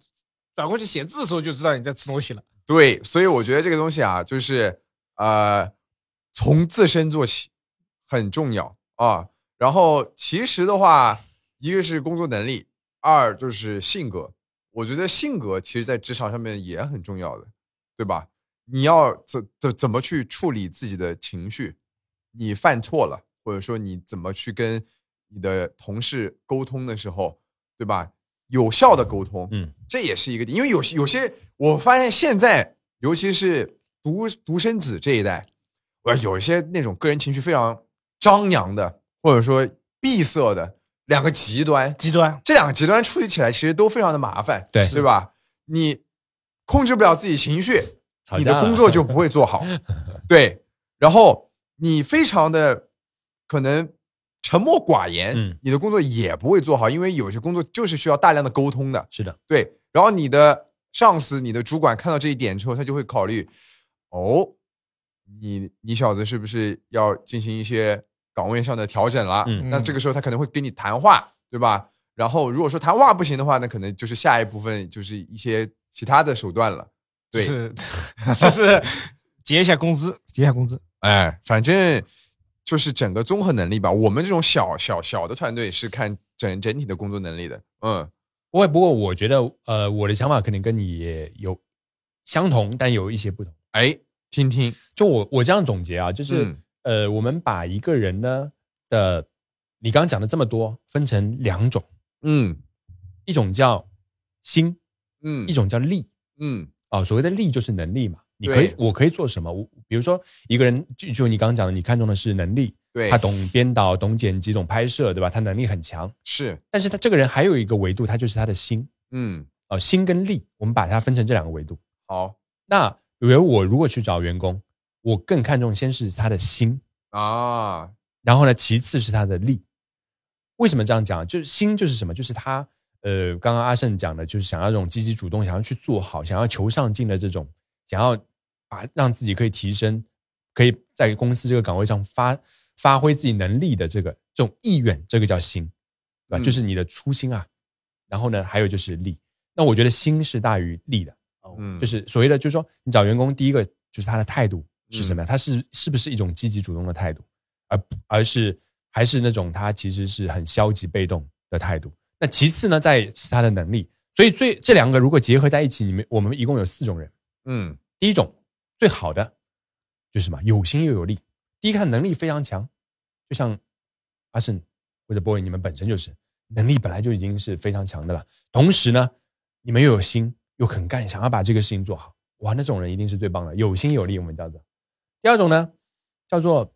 Speaker 2: 转过去写字的时候就知道你在吃东西了。
Speaker 1: 对，所以我觉得这个东西啊，就是呃，从自身做起很重要啊。然后其实的话，一个是工作能力，二就是性格。我觉得性格其实在职场上面也很重要的，对吧？你要怎怎怎么去处理自己的情绪？你犯错了，或者说你怎么去跟你的同事沟通的时候，对吧？有效的沟通，
Speaker 3: 嗯，
Speaker 1: 这也是一个点，因为有些有些我发现现在，尤其是独独生子这一代，呃，有一些那种个人情绪非常张扬的，或者说闭塞的两个极端，
Speaker 2: 极端，
Speaker 1: 这两个极端处理起来其实都非常的麻烦，
Speaker 3: 对
Speaker 1: 对吧？你控制不了自己情绪，
Speaker 3: 吵
Speaker 1: 你
Speaker 3: 架啊
Speaker 1: 的
Speaker 3: 了
Speaker 1: 工作就不会做 好，对。然后你非常的可能沉默寡言，
Speaker 3: 嗯
Speaker 1: 你的工作也不会做好，因为有些工作就是需要大量的沟通的，
Speaker 3: 是的，
Speaker 1: 对，然后你的上司、你的主管看到这一点之后，他就会考虑，哦，你你小子是不是要进行一些岗位上的调整了？
Speaker 3: 嗯
Speaker 1: 那这个时候他可能会跟你谈话，对吧？然后如果说谈话不行的话，那可能就是下一部分就是一些其他的手段了。对，
Speaker 2: 是， 就是结一下工资，结一下工资。
Speaker 1: 哎，反正就是整个综合能力吧。我们这种小小小的团队是看整整体的工作能力的。嗯，
Speaker 3: 不过不过，我觉得呃，我的想法可能跟你也有相同，但有一些不同。
Speaker 1: 哎，听听，
Speaker 3: 就我我这样总结啊，就是、
Speaker 1: 嗯
Speaker 3: 呃，我们把一个人呢的，你刚刚讲的这么多，分成两种，
Speaker 1: 嗯
Speaker 3: 一种叫心，
Speaker 1: 嗯
Speaker 3: 一种叫力
Speaker 1: 嗯
Speaker 3: 啊、所谓的力就是能力嘛，你可以
Speaker 1: 对
Speaker 3: 我可以做什么？我比如说一个人，就就你刚刚讲的，你看重的是能力，
Speaker 1: 对，
Speaker 3: 他懂编导、懂剪辑、懂拍摄，对吧？他能力很强，
Speaker 1: 是
Speaker 3: 但是他这个人还有一个维度，他就是他的心
Speaker 1: 嗯
Speaker 3: 啊、心跟力，我们把它分成这两个维度。
Speaker 1: 好
Speaker 3: 那比如我如果去找员工，我更看重先是他的心，
Speaker 1: 啊，
Speaker 3: 然后呢，其次是他的力。为什么这样讲？就是心就是什么？就是他呃，刚刚阿胜讲的，就是想要这种积极主动，想要去做好，想要求上进的这种，想要把让自己可以提升，可以在公司这个岗位上发发挥自己能力的这个这种意愿，这个叫心，对吧？
Speaker 1: 嗯
Speaker 3: 就是你的初心啊。然后呢，还有就是力。那我觉得心是大于力的。
Speaker 1: 嗯，
Speaker 3: 就是所谓的，就是说你找员工，第一个就是他的态度是什么样，他是是不是一种积极主动的态度，而不而是还是那种他其实是很消极被动的态度。那其次呢，在是他的能力，所以最这两个如果结合在一起，你们我们一共有四种人。
Speaker 1: 嗯
Speaker 3: 第一种最好的就是什么，有心又有力。第一个，他能力非常强，就像阿胜或者 boy 你们本身就是能力本来就已经是非常强的了。同时呢，你们又有心，又肯干，想要把这个事情做好，哇，那种人一定是最棒的，有心有力，我们叫做。第二种呢，叫做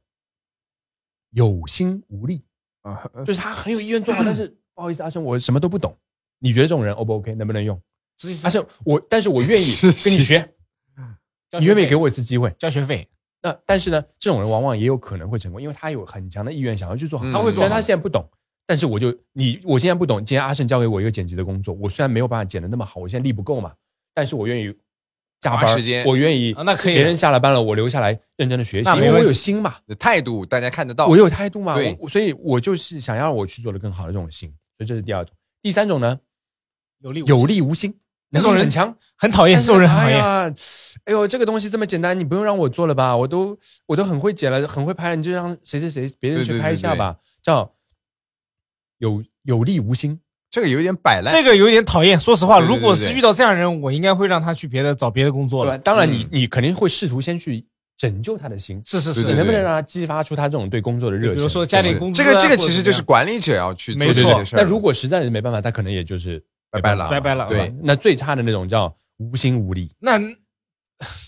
Speaker 3: 有心无力，
Speaker 1: 啊，
Speaker 3: 就是他很有意愿做好，但是 不好意思，阿胜，我什么都不懂。你觉得这种人 O 不 OK？能不能用？
Speaker 2: 实际
Speaker 3: 阿
Speaker 2: 上
Speaker 3: 胜，我但是我愿意
Speaker 1: 是是
Speaker 3: 跟你学，
Speaker 2: 交
Speaker 3: 你
Speaker 2: 学费
Speaker 3: 愿不愿意给我一次机会？
Speaker 2: 交学费？
Speaker 3: 那但是呢，这种人往往也有可能会成功，因为他有很强的意愿想要去做好。
Speaker 1: 嗯
Speaker 2: 他会
Speaker 3: 虽
Speaker 2: 做
Speaker 3: 然
Speaker 2: 好
Speaker 3: 他
Speaker 2: 的，
Speaker 3: 现在不懂，但是我就你，我现在不懂。今天阿胜交给我一个剪辑的工作，我虽然没有办法剪的那么好，我现在力不够嘛，但是我愿意加班
Speaker 1: 花时间
Speaker 3: 我愿意、
Speaker 2: 啊那可以的
Speaker 3: 别人下了班了，我留下来认真的学习，
Speaker 2: 那
Speaker 3: 因
Speaker 2: 没
Speaker 3: 为我
Speaker 2: 问题哦
Speaker 3: 有心嘛，
Speaker 1: 态度大家看得到，
Speaker 3: 我有态度嘛，
Speaker 1: 对
Speaker 3: 我所以我就是想要我去做的更好的这种心，所以这是第二种。第三种呢，
Speaker 2: 有利无
Speaker 3: 有
Speaker 2: 息
Speaker 3: 力无心，
Speaker 2: 这
Speaker 3: 能
Speaker 2: 种
Speaker 3: 力
Speaker 2: 人
Speaker 3: 很强，
Speaker 2: 很讨厌，
Speaker 3: 但
Speaker 2: 这
Speaker 3: 是
Speaker 2: 种人很讨厌。
Speaker 3: 哎呀，哎呦，这个东西这么简单，你不用让我做了吧？我都我都很会剪了，很会拍了，你就让谁谁谁别人
Speaker 1: 对
Speaker 3: 去
Speaker 1: 对
Speaker 3: 拍一
Speaker 1: 对
Speaker 3: 下
Speaker 1: 对
Speaker 3: 吧。叫有有力无心，
Speaker 1: 这个有点摆烂，
Speaker 2: 这个有点讨厌，说实话，
Speaker 1: 对对对
Speaker 2: 如果是
Speaker 1: 对
Speaker 2: 遇到这样的人，我应该会让他去别的找别的工作
Speaker 3: 对吧？
Speaker 2: 了。
Speaker 3: 当然你，
Speaker 1: 嗯
Speaker 3: 你肯定会试图先去拯救他的心，
Speaker 2: 是是
Speaker 1: 对
Speaker 3: 你
Speaker 1: 对
Speaker 3: 能
Speaker 2: 是，
Speaker 3: 不
Speaker 1: 对
Speaker 3: 能让他激发出他这种对工作的热情？
Speaker 2: 比如说
Speaker 1: 就
Speaker 2: 加
Speaker 1: 是
Speaker 2: 点工资
Speaker 1: 这
Speaker 2: 啊，
Speaker 1: 个这个
Speaker 2: 或者
Speaker 1: 其实
Speaker 2: 怎
Speaker 1: 就
Speaker 2: 么
Speaker 1: 是
Speaker 2: 样
Speaker 1: 管理者要去做
Speaker 2: 没
Speaker 1: 这
Speaker 2: 错
Speaker 1: 些事儿。
Speaker 3: 那如果实在是没办法，他可能也就是
Speaker 1: 拜拜了
Speaker 2: 拜拜了
Speaker 3: 对吧
Speaker 1: 啊对，
Speaker 3: 那最差的那种叫无心无力，
Speaker 2: 那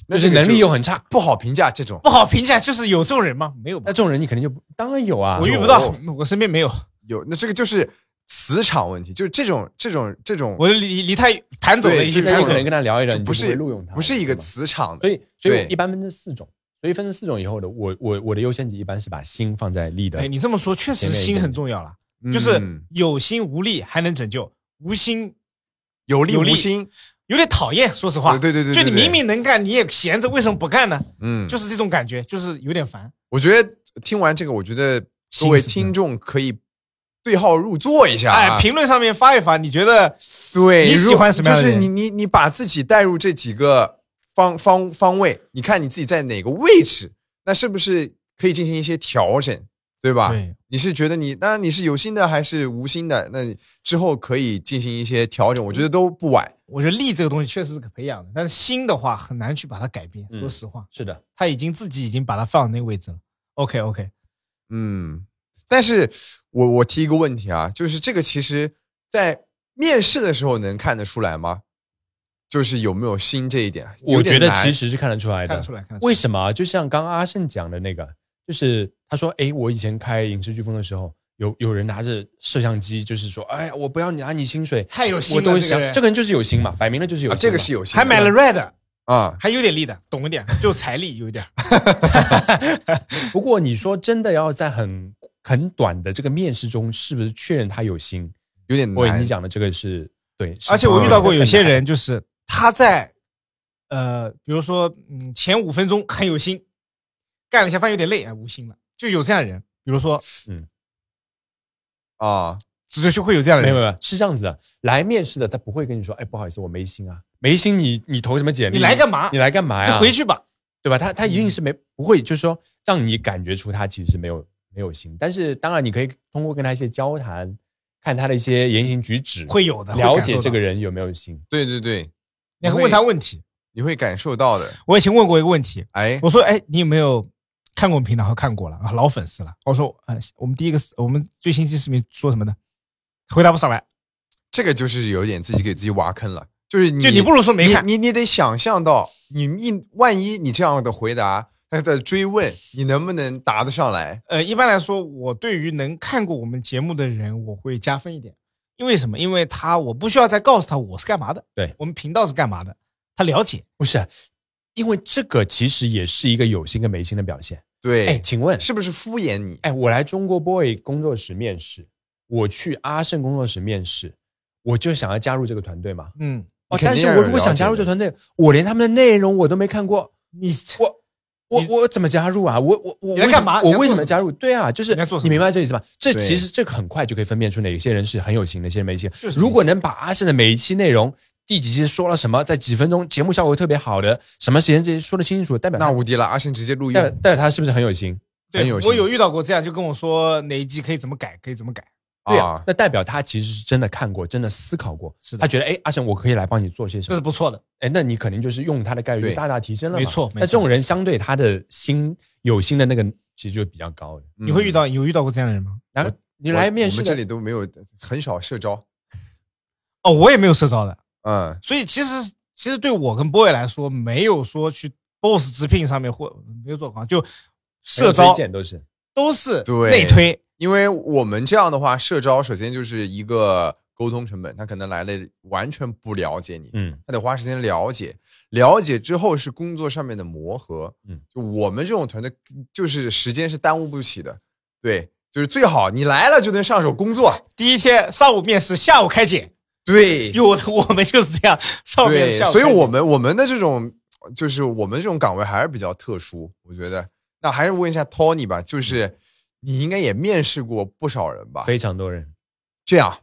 Speaker 1: 那这
Speaker 3: 就是
Speaker 1: 个
Speaker 3: 能力
Speaker 1: 就
Speaker 3: 又很差。
Speaker 1: 不好评价这种
Speaker 2: 不好评价，就是有这种人吗？没有吧
Speaker 3: 那？这种人你肯定就不当然有啊，
Speaker 2: 我遇
Speaker 1: 呃有
Speaker 2: 不到，我身边没有，
Speaker 1: 有，那这个就是磁场问题，就是这种这种这种
Speaker 2: 我离离他弹走了
Speaker 1: 对
Speaker 2: 一
Speaker 1: 这
Speaker 2: 些
Speaker 1: 种
Speaker 3: 那
Speaker 1: 人
Speaker 3: 你可能跟他聊一聊，
Speaker 1: 就
Speaker 3: 你
Speaker 1: 不
Speaker 3: 就会
Speaker 1: 是
Speaker 3: 录用他，
Speaker 1: 不是一个
Speaker 3: 对吧
Speaker 1: 词场的
Speaker 3: 所，以，所以我
Speaker 1: 对
Speaker 3: 一般分成四种，所以分成四种以后的，我我我的优先级一般是把心放在力的
Speaker 2: 哎，，你这么说确实
Speaker 3: 前面一
Speaker 2: 心
Speaker 3: 个
Speaker 2: 很重要了，就是
Speaker 1: 嗯
Speaker 2: 有心无力还能拯救，无心
Speaker 1: 有力
Speaker 2: 有力
Speaker 1: 无心，
Speaker 2: 有点讨厌。说实话，
Speaker 1: 对对对对
Speaker 2: 就你
Speaker 1: 对
Speaker 2: 明明能干，你也闲着，为什么不干呢？
Speaker 1: 嗯，
Speaker 2: 就是这种感觉，就是有点烦。
Speaker 1: 我觉得听完这个，我觉得各
Speaker 2: 心
Speaker 1: 位
Speaker 2: 思
Speaker 1: 听众可以对号入座一下啊
Speaker 2: 哎，，评论上面发一发，你觉得
Speaker 1: 对
Speaker 2: 你
Speaker 1: 如
Speaker 2: 喜欢什么样的
Speaker 1: 就是
Speaker 2: 人
Speaker 1: 你你你把自己带入这几个方方方位，你看你自己在哪个位置，那是不是可以进行一些调整，对吧？
Speaker 2: 对
Speaker 1: 你是觉得你那你是有心的还是无心的？那你之后可以进行一些调整，我觉得都不晚。
Speaker 2: 我觉得力这个东西确实是可培养的，但是心的话很难去把它改变。
Speaker 3: 嗯
Speaker 2: 说实话，
Speaker 3: 是的，
Speaker 2: 他已经自己已经把它放那个位置了。OK OK，
Speaker 1: 嗯，但是我我提一个问题啊，就是这个其实在面试的时候能看得出来吗？就是有没有心这一点？
Speaker 3: 我觉得其
Speaker 1: 实
Speaker 3: 实是看得出来
Speaker 2: 看得
Speaker 3: 的
Speaker 2: 出。来，看得出来。
Speaker 3: 为什么啊？就像刚刚阿胜讲的那个，就是他说，哎，我以前开影视飓风的时候，有有人拿着摄像机，就是说，哎呀，我不要拿你薪水，
Speaker 2: 太有心
Speaker 3: 我
Speaker 2: 了，
Speaker 3: 都会
Speaker 2: 这
Speaker 3: 想
Speaker 2: 个，人
Speaker 3: 这个人就是有心嘛，摆明了就是有
Speaker 1: 啊，
Speaker 3: 心嘛，
Speaker 1: 这个是有心的，
Speaker 2: 还买了 Red，
Speaker 1: 啊，
Speaker 2: 还有点力的，懂一点，就财力有一点。
Speaker 3: 不过你说真的要在很很短的这个面试中，是不是确认他有心？
Speaker 1: 有点
Speaker 3: 我
Speaker 1: 难。
Speaker 3: 你讲的这个是对， 是
Speaker 2: 而且我遇到过有些
Speaker 3: 很难
Speaker 2: 人，就是他在呃，比如说嗯前五分钟很有心，干了一下饭有点累，哎，无心了，就有这样的人，比如说
Speaker 1: 啊，
Speaker 2: 就就会有这样的
Speaker 3: 没有
Speaker 2: 人
Speaker 3: 没，有，没有是这样子的，来面试的他不会跟你说，哎，不好意思，我没心啊，没心你你投什么简历？
Speaker 2: 你来干嘛
Speaker 3: 你来干嘛呀？
Speaker 2: 就回去吧。
Speaker 3: 对吧？他他一定是没不会，就是说让你感觉出他其实没有没有心，但是当然你可以通过跟他一些交谈，看他的一些言行举止，
Speaker 2: 会有的，会
Speaker 3: 了
Speaker 2: 感受
Speaker 3: 解
Speaker 2: 到
Speaker 3: 这个。人有没有心。
Speaker 1: 对对对，
Speaker 2: 你还会问他问题，
Speaker 1: 你会感受到的。
Speaker 2: 我以前问过一个问题，
Speaker 1: 哎，
Speaker 2: 我说，哎，你有没有看过我们频道？他说看过了啊，老粉丝了。我说，呃，我们第一个视，我们最新一期视频说什么呢？回答不上来，
Speaker 1: 这个就是有点自己给自己挖坑了，就是你
Speaker 2: 就你不如说没看。
Speaker 1: 你你你得想象到，你一万一你这样的回答，他的追问，你能不能答得上来？
Speaker 2: 呃，一般来说，我对于能看过我们节目的人，我会加分一点。因为什么？因为他我不需要再告诉他我是干嘛的，
Speaker 3: 对
Speaker 2: 我们频道是干嘛的，他了解。
Speaker 3: 不是，啊因为这个其实也是一个有心跟没心的表现。
Speaker 1: 对，
Speaker 3: 哎，请问，
Speaker 1: 是不是敷衍你？
Speaker 3: 哎，我来中国 boy 工作室面试，我去阿盛工作室面试，我就想要加入这个团队嘛。
Speaker 2: 嗯，
Speaker 3: 哦，
Speaker 1: 你肯
Speaker 3: 但
Speaker 1: 定
Speaker 3: 是
Speaker 1: 要
Speaker 3: 我
Speaker 1: 有
Speaker 3: 如果
Speaker 1: 了
Speaker 3: 想
Speaker 1: 解
Speaker 3: 加入
Speaker 1: 的
Speaker 3: 这团队，我连他们的内容我都没看过，
Speaker 2: 你
Speaker 3: 我我
Speaker 2: 你
Speaker 3: 我怎么加入啊？我我我
Speaker 2: 你在
Speaker 3: 为
Speaker 2: 干
Speaker 3: 什
Speaker 2: 嘛
Speaker 3: 我
Speaker 2: 你在做
Speaker 3: 为什
Speaker 2: 什
Speaker 3: 么
Speaker 2: 么
Speaker 3: 加入？对啊，就是
Speaker 2: 你在做什
Speaker 3: 你
Speaker 2: 么
Speaker 3: 明白这意思吧？这
Speaker 1: 对
Speaker 3: 其实这个很快就可以分辨出哪些人是很有型，哪些人没型
Speaker 2: 就。是
Speaker 3: 如果能把阿胜的每一期内容。第几期说了什么，在几分钟节目效果特别好的，什么时间这些说的清清楚楚，代表他
Speaker 1: 那无敌了，阿信直接录
Speaker 3: 代表
Speaker 1: 音。
Speaker 3: 代表他是不是很有型？
Speaker 2: 对
Speaker 1: 很有
Speaker 2: 我
Speaker 1: 心
Speaker 2: 有遇到过这样，就跟我说哪一集可以怎么改，可以怎么改。
Speaker 3: 对啊
Speaker 1: 啊，
Speaker 3: 那代表他其实是真的看过，真的思考过，
Speaker 2: 是的
Speaker 3: 他觉得哎，阿胜我可以来帮你做些什
Speaker 2: 这
Speaker 3: 么
Speaker 2: 是，不错的，
Speaker 3: 哎，那你肯定就是用他的概率就
Speaker 1: 对
Speaker 3: 大大提升了嘛。
Speaker 2: 没错没
Speaker 3: 那这
Speaker 2: 错
Speaker 3: 种人相对他的心有心的那个其实就比较高的。
Speaker 1: 嗯
Speaker 2: 你会遇到有遇到过这样的人吗？
Speaker 3: 然后你
Speaker 1: 你
Speaker 3: 来面
Speaker 1: 嗯我
Speaker 3: 试
Speaker 1: 们这
Speaker 3: 的
Speaker 1: 里都没有，很少社招。
Speaker 2: 哦，我也没有社招的，
Speaker 1: 嗯，
Speaker 2: 所以其实其实对我跟 boy 来说，没有说去 boss 直聘上面或没有做广告，就社
Speaker 3: 推
Speaker 2: 招
Speaker 3: 荐都是
Speaker 2: 都是
Speaker 1: 对
Speaker 2: 内推，
Speaker 1: 因为我们这样的话，社招首先就是一个沟通成本，他可能来了完全不了解你，
Speaker 3: 嗯，
Speaker 1: 他得花时间了解，了解之后是工作上面的磨合。
Speaker 3: 嗯，
Speaker 1: 就我们这种团队，就是时间是耽误不起的。对，就是最好你来了就能上手工作。
Speaker 2: 第一天上午面试，下午开检，
Speaker 1: 对，
Speaker 2: 因为 我我们就是这样，上午面
Speaker 1: 对
Speaker 2: 试，下，午
Speaker 1: 所以
Speaker 2: 开检
Speaker 1: 我们我们的这种就是我们这种岗位还是比较特殊，我觉得。那还是问一下 Tony 吧，
Speaker 2: 嗯
Speaker 1: 就是你应该也面试过不少人吧？
Speaker 3: 非常多人。
Speaker 1: 这样，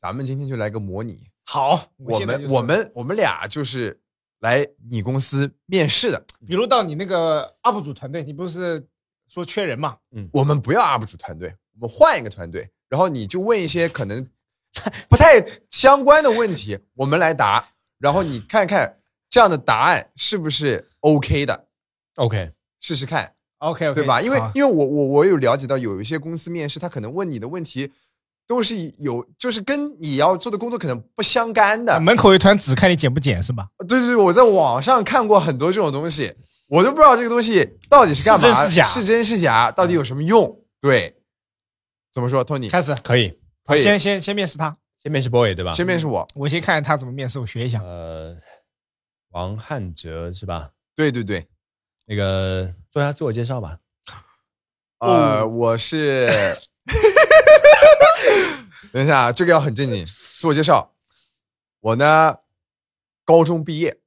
Speaker 1: 咱们今天就来个模拟，
Speaker 2: 好，
Speaker 1: 我
Speaker 2: 现在
Speaker 1: 们
Speaker 2: 就是
Speaker 1: 我们我们俩就是来你公司面试的，
Speaker 2: 比如到你那个 UP 主团队，你不是说缺人嘛？
Speaker 1: 我们不要 UP 主团队，我们换一个团队，然后你就问一些可能 不太相关的问题，我们来答，然后你看看这样的答案是不是 OK 的，
Speaker 3: OK，
Speaker 1: 试试看。
Speaker 2: OK OK，
Speaker 1: 对吧？因为因为我我我有了解到，有一些公司面试，他可能问你的问题都是有，就是跟你要做的工作可能不相干的。
Speaker 2: 门口有一团纸，看你捡不捡是吧？
Speaker 1: 对对对，我在网上看过很多这种东西，我都不知道这个东西到底是干嘛，
Speaker 2: 是真是假
Speaker 1: 是真是假，到底有什么用？对，怎么说，Tony？
Speaker 2: 开始，
Speaker 3: 可以。
Speaker 1: 可以
Speaker 2: 先先先面试他，
Speaker 3: 先面试 boy 对吧？
Speaker 1: 前面是我，
Speaker 2: 我先看看他怎么面试，我学一下。
Speaker 3: 呃，王汉哲是吧？
Speaker 1: 对对对，
Speaker 3: 那个做一下自我介绍吧。
Speaker 1: 呃，我是， 等一下啊，这个要很正经。自我介绍，我呢，高中毕业，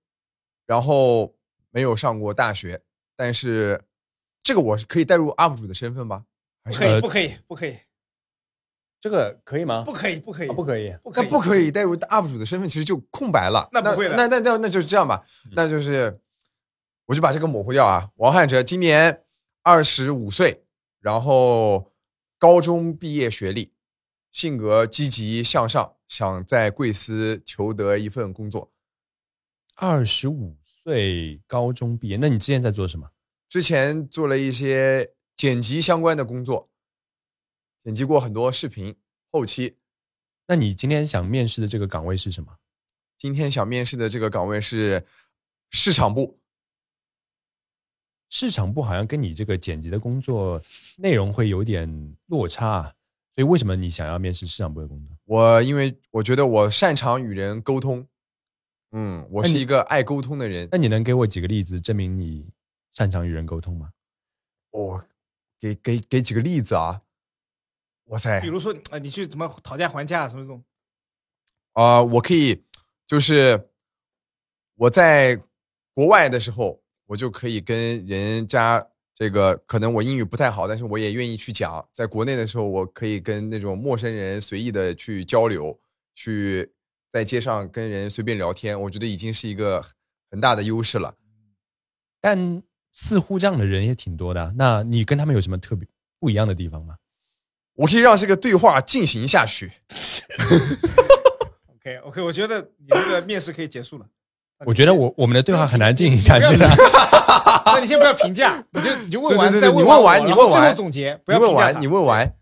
Speaker 1: 然后没有上过大学，但是这个我是可以带入 UP 主的身份吧？还
Speaker 2: 不
Speaker 1: 是
Speaker 2: 可以，不可以，不可以，
Speaker 3: 这个可以吗？
Speaker 2: 不可以，不可以，
Speaker 3: 啊不可以。
Speaker 2: 不可
Speaker 1: 那
Speaker 2: 以，
Speaker 1: 不可以带入 UP 主的身份，其实就空白了。
Speaker 2: 那不会的嗯
Speaker 1: 那那那那就是这样吧，那就是我就把这个模糊掉啊。王汉哲今年二十五岁，然后高中毕业学历，性格积极向上，想在贵司求得一份工作。
Speaker 3: 二十五岁高中毕业，那你之前在做什么？
Speaker 1: 之前做了一些剪辑相关的工作，剪辑过很多视频，后期
Speaker 3: 那你今天想面试的这个岗位是什么？
Speaker 1: 今天想面试的这个岗位是市场部。
Speaker 3: 市场部好像跟你这个剪辑的工作内容会有点落差啊，所以为什么你想要面试市场部的工作？
Speaker 1: 我因为我觉得我擅长与人沟通，嗯，我
Speaker 3: 那
Speaker 1: 是
Speaker 3: 你
Speaker 1: 一个爱沟通的人
Speaker 3: 那。你能给我几个例子证明你擅长与人沟通吗？
Speaker 1: 我给给给几个例子啊，哇塞
Speaker 2: 比，如说，呃，你去怎么讨价还价啊什么这种，
Speaker 1: 啊、我可以就是我在国外的时候，我就可以跟人家这个可能我英语不太好，但是我也愿意去讲。在国内的时候，我可以跟那种陌生人随意的去交流，去在街上跟人随便聊天，我觉得已经是一个很大的优势了。
Speaker 3: 但似乎这样的人也挺多的啊。那你跟他们有什么特别不一样的地方吗？
Speaker 1: 我可以让这个对话进行下去。
Speaker 2: OK OK，我觉得你这个面试可以结束了。
Speaker 3: 我觉得我我们的对话很难进行下去
Speaker 2: 不
Speaker 3: 的
Speaker 2: 要。那你先不要评价，你就你就问完
Speaker 1: 对对对
Speaker 2: 再
Speaker 1: 对
Speaker 2: 完
Speaker 1: 你问
Speaker 2: 我
Speaker 1: 完
Speaker 2: 然
Speaker 1: 你
Speaker 2: 后
Speaker 1: 问完
Speaker 2: 最后总结，不
Speaker 1: 你
Speaker 2: 要
Speaker 1: 问
Speaker 2: 评价他
Speaker 1: 完，你问完，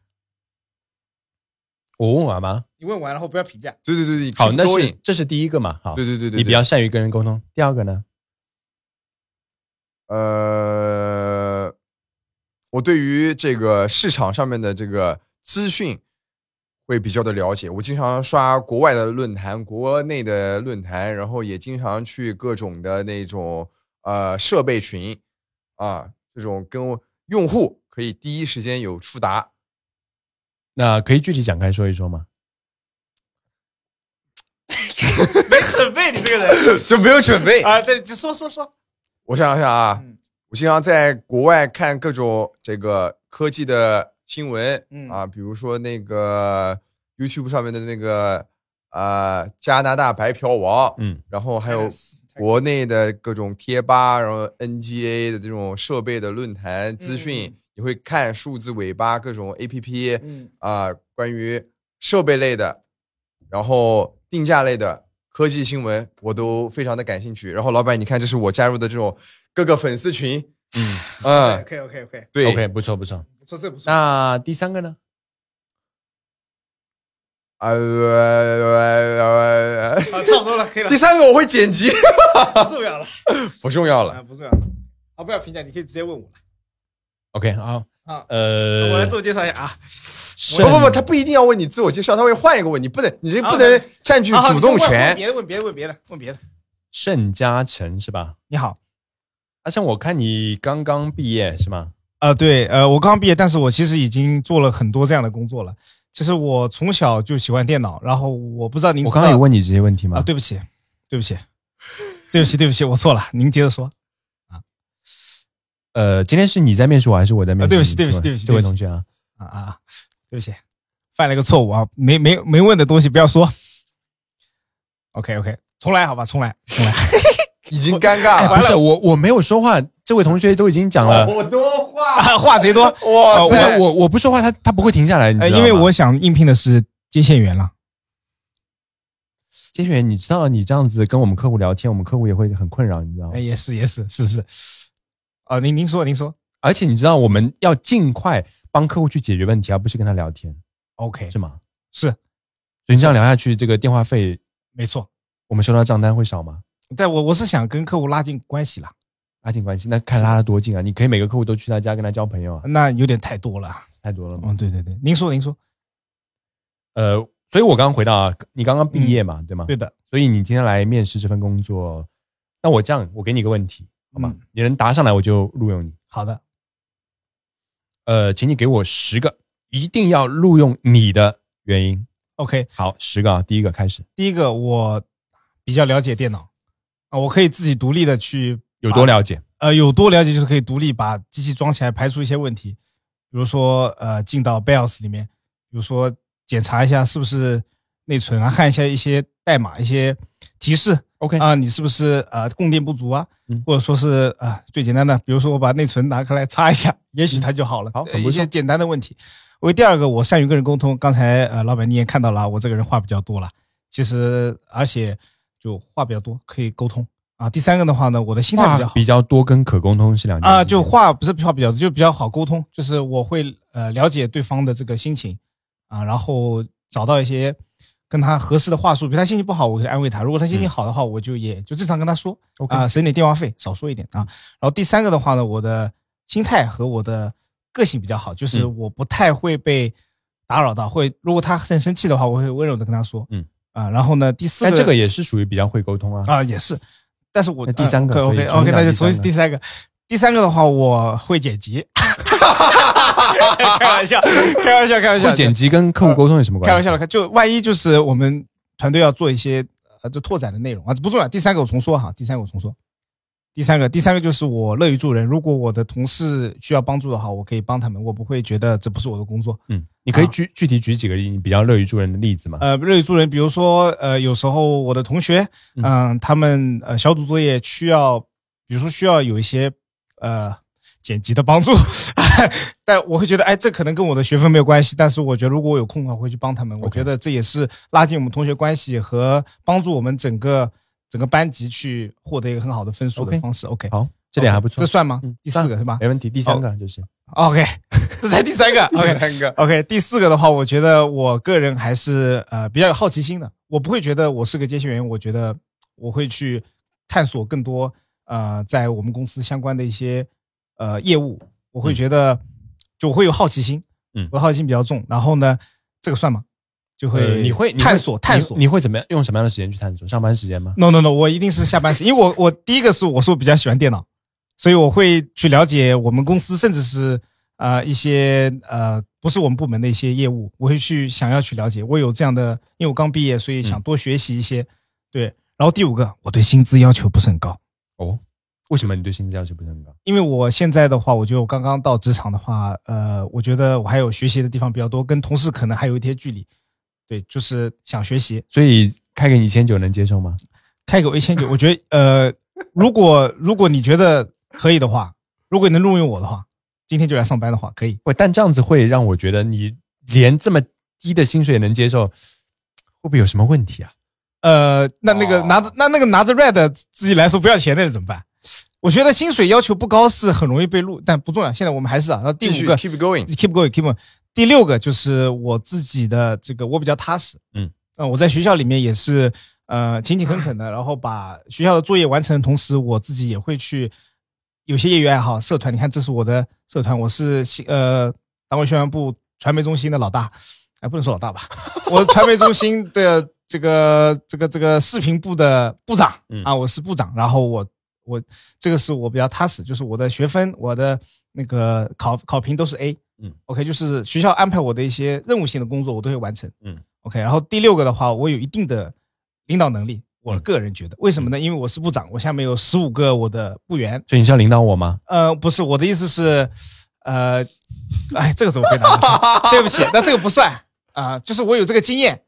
Speaker 3: 我问完吗？
Speaker 2: 你问完，然后不要评价。
Speaker 1: 对对对对，
Speaker 3: 好，
Speaker 1: keep
Speaker 3: 那是
Speaker 1: going
Speaker 3: 这是第一个嘛？好，
Speaker 1: 对对对对，
Speaker 3: 你比较善于跟人沟通。第二个呢？
Speaker 1: 呃，我对于这个市场上面的这个资讯会比较的了解。我经常刷国外的论坛、国内的论坛，然后也经常去各种的那种呃设备群啊，这种跟我用户可以第一时间有触达。
Speaker 3: 那可以具体展开说一说吗？
Speaker 2: 没准备，你这个人
Speaker 1: 就没有准备
Speaker 2: 啊，对，就说说说。
Speaker 1: 我想想啊，
Speaker 2: 嗯
Speaker 1: 我经常在国外看各种这个科技的新闻，
Speaker 2: 嗯
Speaker 1: 啊，比如说那个 YouTube 上面的那个呃加拿大白嫖王，
Speaker 3: 嗯，
Speaker 1: 然后还有
Speaker 2: Yes，
Speaker 1: 国内的各种贴吧，然后 NGA 的这种设备的论坛资讯，
Speaker 2: 嗯
Speaker 1: 你会看数字尾巴各种 APP，
Speaker 2: 嗯
Speaker 1: 啊、关于设备类的，然后定价类的科技新闻，我都非常的感兴趣。然后老板，你看，这是我加入的这种各个粉丝群，
Speaker 3: 嗯
Speaker 1: 嗯，
Speaker 2: ，OK OK OK，
Speaker 1: 对
Speaker 3: OK，不错不错。
Speaker 2: 不错，这不错。
Speaker 3: 那第三个呢？
Speaker 1: 啊、呃
Speaker 2: 好，啊差不多了，可以了
Speaker 1: 第，三个我会剪辑，
Speaker 2: 不重要了，
Speaker 1: 不重要
Speaker 2: 啊，
Speaker 1: 了。
Speaker 2: 不重要了。啊，不要评价，你可以直接问我了
Speaker 3: OK，好，
Speaker 2: 啊。
Speaker 3: 呃，
Speaker 2: 我来自我介绍一下啊，
Speaker 3: 是
Speaker 1: 不不不，他不一定要问你自我介绍，他会换一个问你，不能，你这
Speaker 2: 好
Speaker 1: 不能占据
Speaker 2: 好好
Speaker 1: 主动
Speaker 2: 你
Speaker 1: 权。
Speaker 2: 就问别的，问别的，问别的，问别的。
Speaker 3: 盛嘉诚是吧？
Speaker 2: 你好，
Speaker 3: 阿像我看你刚刚毕业是吗？
Speaker 2: 呃，对，呃，我刚毕业，但是我其实已经做了很多这样的工作了。就是我从小就喜欢电脑，然后我不知道您
Speaker 3: 我
Speaker 2: 知道
Speaker 3: 刚刚有问你这些问题吗？
Speaker 2: 啊，对不起，对不起，对不起，对不起，我错了，您接着说。
Speaker 3: 呃，今天是你在面试我还是我在面试
Speaker 2: 啊
Speaker 3: 你？
Speaker 2: 对不起对不起
Speaker 3: 是吧
Speaker 2: 对不起
Speaker 3: 这
Speaker 2: 对
Speaker 3: 位
Speaker 2: 不
Speaker 3: 同
Speaker 2: 起
Speaker 3: 学啊，
Speaker 2: 啊啊，啊对不起，犯了一个错误啊，没没没问的东西不要说。OK OK，重来好吧，重来重来。
Speaker 1: 已经尴尬
Speaker 3: 哎，
Speaker 1: 了。
Speaker 3: 不是我，我没有说话，这位同学都已经讲了，
Speaker 1: 好多话，
Speaker 2: 啊，话贼多，
Speaker 1: 哇
Speaker 2: 哦
Speaker 3: 不是
Speaker 1: 塞！
Speaker 3: 我，我不说话，他他不会停下来， 你知
Speaker 2: 呃，
Speaker 3: 道吗？
Speaker 2: 因为我想应聘的是接线员了。
Speaker 3: 接学员，你知道你这样子跟我们客户聊天，我们客户也会很困扰，你知道吗
Speaker 2: 哎，？也是也是是是。啊，您您说您说
Speaker 3: 而且你知道我们要尽快帮客户去解决问题，而不是跟他聊天，
Speaker 2: ，OK，
Speaker 3: 是吗？
Speaker 2: 是
Speaker 3: 所以你这样聊下去，这个电话费
Speaker 2: 没错。
Speaker 3: 我们收到账单会少吗？
Speaker 2: 但我我是想跟客户拉近关系了，
Speaker 3: 拉近关系，那看拉得多近啊！你可以每个客户都去他家跟他交朋友啊，
Speaker 2: 那有点太多了。
Speaker 3: 太多了嘛。
Speaker 2: 嗯，对对对，您说您说，
Speaker 3: 呃，所以我刚刚回到啊，你刚刚毕业嘛，对吗？
Speaker 2: 嗯对。的，
Speaker 3: 所以你今天来面试这份工作，那我这样，我给你一个问题，好吗？
Speaker 2: 嗯
Speaker 3: 你能答上来，我就录用你。
Speaker 2: 好的，
Speaker 3: 呃，请你给我十个一定要录用你的原因。
Speaker 2: OK，
Speaker 3: 好，十个啊，第一个开始，
Speaker 2: 第一个我比较了解电脑啊，我可以自己独立的去
Speaker 3: 有多了解？
Speaker 2: 呃有多了解，就是可以独立把机器装起来，排除一些问题，比如说呃进到 BIOS 里面，比如说检查一下是不是内存啊，看一下一些代码、一些提示
Speaker 3: OK
Speaker 2: 啊，你是不是呃供电不足啊
Speaker 3: 嗯，
Speaker 2: 或者说是啊、呃最简单的，比如说我把内存拿开来擦一下，也许它就好了。
Speaker 3: 好
Speaker 2: 呃
Speaker 3: 很不
Speaker 2: 一些
Speaker 3: 错
Speaker 2: 简单的问题。为第二个，我善于跟人沟通。刚才呃，老板你也看到了啊，我这个人话比较多了，其实而且就话比较多，可以沟通啊。第三个的话呢，我的心态
Speaker 3: 话
Speaker 2: 比较好，
Speaker 3: 比较多跟可沟通是两件事
Speaker 2: 啊、
Speaker 3: 情
Speaker 2: 就话不是话比较，就比较好沟通，就是我会呃了解对方的这个心情啊，然后找到一些跟他合适的话术。比如他心情不好，我就安慰他；如果他心情好的话，我就也就正常跟他说
Speaker 3: OK
Speaker 2: 啊、省点电话费，少说一点啊。然后第三个的话呢，我的心态和我的个性比较好，就是
Speaker 3: 嗯
Speaker 2: 我不太会被打扰到，会如果他很生气的话，我会温柔的跟他说，
Speaker 3: 嗯
Speaker 2: 啊、然后呢，第四个
Speaker 3: 但这个也是属于比较会沟通啊。
Speaker 2: 啊，也是。但是我呃
Speaker 3: 那第三个所以
Speaker 2: OK
Speaker 3: 重
Speaker 2: OK，
Speaker 3: 新
Speaker 2: 那
Speaker 3: 讲
Speaker 2: 就
Speaker 3: 第
Speaker 2: 重
Speaker 3: 三
Speaker 2: 新
Speaker 3: 个
Speaker 2: 第三个。第三个的话，我会剪 辑。开玩笑，开玩笑，开玩笑。
Speaker 3: 会剪辑跟客户沟通有什么关系？
Speaker 2: 开玩笑了，开就万一就是我们团队要做一些呃，就拓展的内容啊，这不重要。第三个我重说哈，第三个我重说。第三个，第三个就是我乐于助人。如果我的同事需要帮助的话，我可以帮他们，我不会觉得这不是我的工作。
Speaker 3: 嗯，你可以举、具体举几个你比较乐于助人的例子吗？
Speaker 2: 啊呃，乐于助人，比如说，呃，有时候我的同学，
Speaker 3: 嗯
Speaker 2: 嗯、他们呃小组作业需要，比如说需要有一些呃剪辑的帮助， 但我会觉得，哎，这可能跟我的学分没有关系，但是我觉得如果我有空的话，我会去帮他们。我
Speaker 3: OK
Speaker 2: 觉得这也是拉近我们同学关系和帮助我们整个整个班级去获得一个很好的分数
Speaker 3: OK
Speaker 2: 的方式。OK，
Speaker 3: 好，这点还不错。
Speaker 2: 这算吗？
Speaker 3: 嗯
Speaker 2: 第四个是啊吧
Speaker 3: 没问题。第三个就是、
Speaker 2: ？OK，这 才第三个。
Speaker 1: 第
Speaker 2: OK，
Speaker 1: 三个
Speaker 2: OK，第四个的话，我觉得我个人还是呃比较有好奇心的，我不会觉得我是个接线员，我觉得我会去探索更多呃在我们公司相关的一些呃业务，我会觉得就我会有好奇心，
Speaker 3: 嗯
Speaker 2: 我的好奇心比较重，然后呢，这个算吗？就会、
Speaker 3: 呃你会你会
Speaker 2: 探索探索
Speaker 3: 你，你会怎么样用什么样的时间去探索？上班时间吗？
Speaker 2: No No No，我一定是下班时，因为我我第一个是我是我比较喜欢电脑，所以我会去了解我们公司，甚至是呃一些呃不是我们部门的一些业务，我会去想要去了解。我有这样的，因为我刚毕业，所以想多学习一些。对，然后第五个，我对薪资要求不是很高，
Speaker 3: 哦，为什么你对薪资要求不是很高？
Speaker 2: 因为我现在的话，我觉得我刚刚到职场的话，呃，我觉得我还有学习的地方比较多，跟同事可能还有一些距离。对，就是想学习，
Speaker 3: 所以开给你一千九能接受吗？
Speaker 2: 开给我一千九，我觉得呃，如果如果你觉得可以的话，如果你能录用我的话，今天就来上班的话，可以。
Speaker 3: 喂，但这样子会让我觉得你连这么低的薪水也能接受，会不会有什么问题啊？
Speaker 2: 呃，那那个
Speaker 1: 哦
Speaker 2: 拿着、那那个拿着 red 自己来说不要钱的人怎么办？我觉得薪水要求不高是很容易被录，但不重要。现在我们还是啊，那第
Speaker 1: 继续
Speaker 2: 五个
Speaker 1: keep going，
Speaker 2: keep going keep going。第六个就是我自己的这个，我比较踏实。
Speaker 3: 嗯，
Speaker 2: 呃，我在学校里面也是呃勤勤恳恳 的，然后把学校的作业完成的同时，我自己也会去有些业余爱好，社团。你看，这是我的社团，我是新呃党委宣传部传媒中心的老大，哎，不能说老大吧， 我传媒中心的这个这个这个视频部的部长
Speaker 3: 嗯
Speaker 2: 啊，我是部长，然后我。我这个是我比较踏实，就是我的学分、我的那个考考评都是 A，OK，就是
Speaker 3: 嗯
Speaker 2: 学校安排我的一些任务性的工作，我都会完成。
Speaker 3: 嗯
Speaker 2: ，OK。然后第六个的话，我有一定的领导能力，
Speaker 3: 嗯
Speaker 2: 我个人觉得，为什么呢？因为我是部长，我下面有十五个我的部员。
Speaker 3: 所以你是要领导我吗？
Speaker 2: 呃，不是，我的意思是，呃，哎，这个怎么回 答？对不起，那这个不算啊、就是我有这个经验。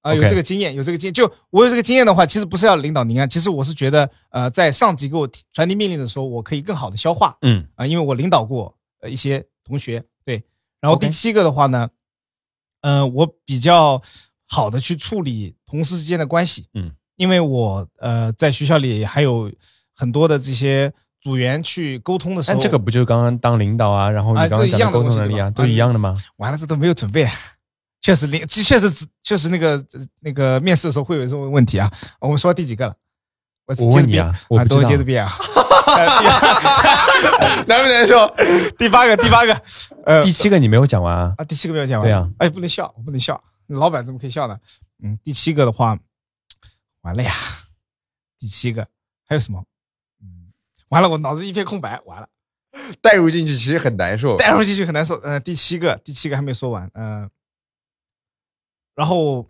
Speaker 2: 啊、有
Speaker 3: OK
Speaker 2: 这个经验，有这个经验，就我有这个经验的话，其实不是要领导您啊，其实我是觉得，呃，在上级给我提传递命令的时候，我可以更好的消化，
Speaker 3: 嗯，
Speaker 2: 啊，因为我领导过呃一些同学，对。然后第
Speaker 3: OK
Speaker 2: 七个的话呢，呃，我比较好的去处理同事之间的关系，
Speaker 3: 嗯，
Speaker 2: 因为我呃在学校里还有很多的这些组员去沟通的时候，
Speaker 3: 但这个不就是刚刚当领导啊，然后你
Speaker 2: 哦啊
Speaker 3: 刚刚
Speaker 2: 这
Speaker 3: 讲
Speaker 2: 一样的
Speaker 3: 沟通
Speaker 2: 东西
Speaker 3: 能力啊，
Speaker 2: 对吧
Speaker 3: 都一样的吗？
Speaker 2: 完了这都没有准备啊，确实领确实确实那个那个面试的时候会有这种问题啊。我们说到第几个了？我
Speaker 3: 我问你啊我
Speaker 2: 我
Speaker 3: 不知道
Speaker 2: 接着编啊。 难不难受？第八个，第八个，呃，
Speaker 3: 第七个你没有讲完啊，
Speaker 2: 啊，第七个没有讲完。
Speaker 3: 对啊，
Speaker 2: 哎，不能笑，我不能笑，老板怎么可以笑呢？嗯，第七个的话，完了呀，第七个还有什么？嗯，完了，我脑子一片空白，完了，
Speaker 1: 带入进去其实很难受。
Speaker 2: 带入进去很难受。呃，第七个，第七个还没说完，嗯、然 后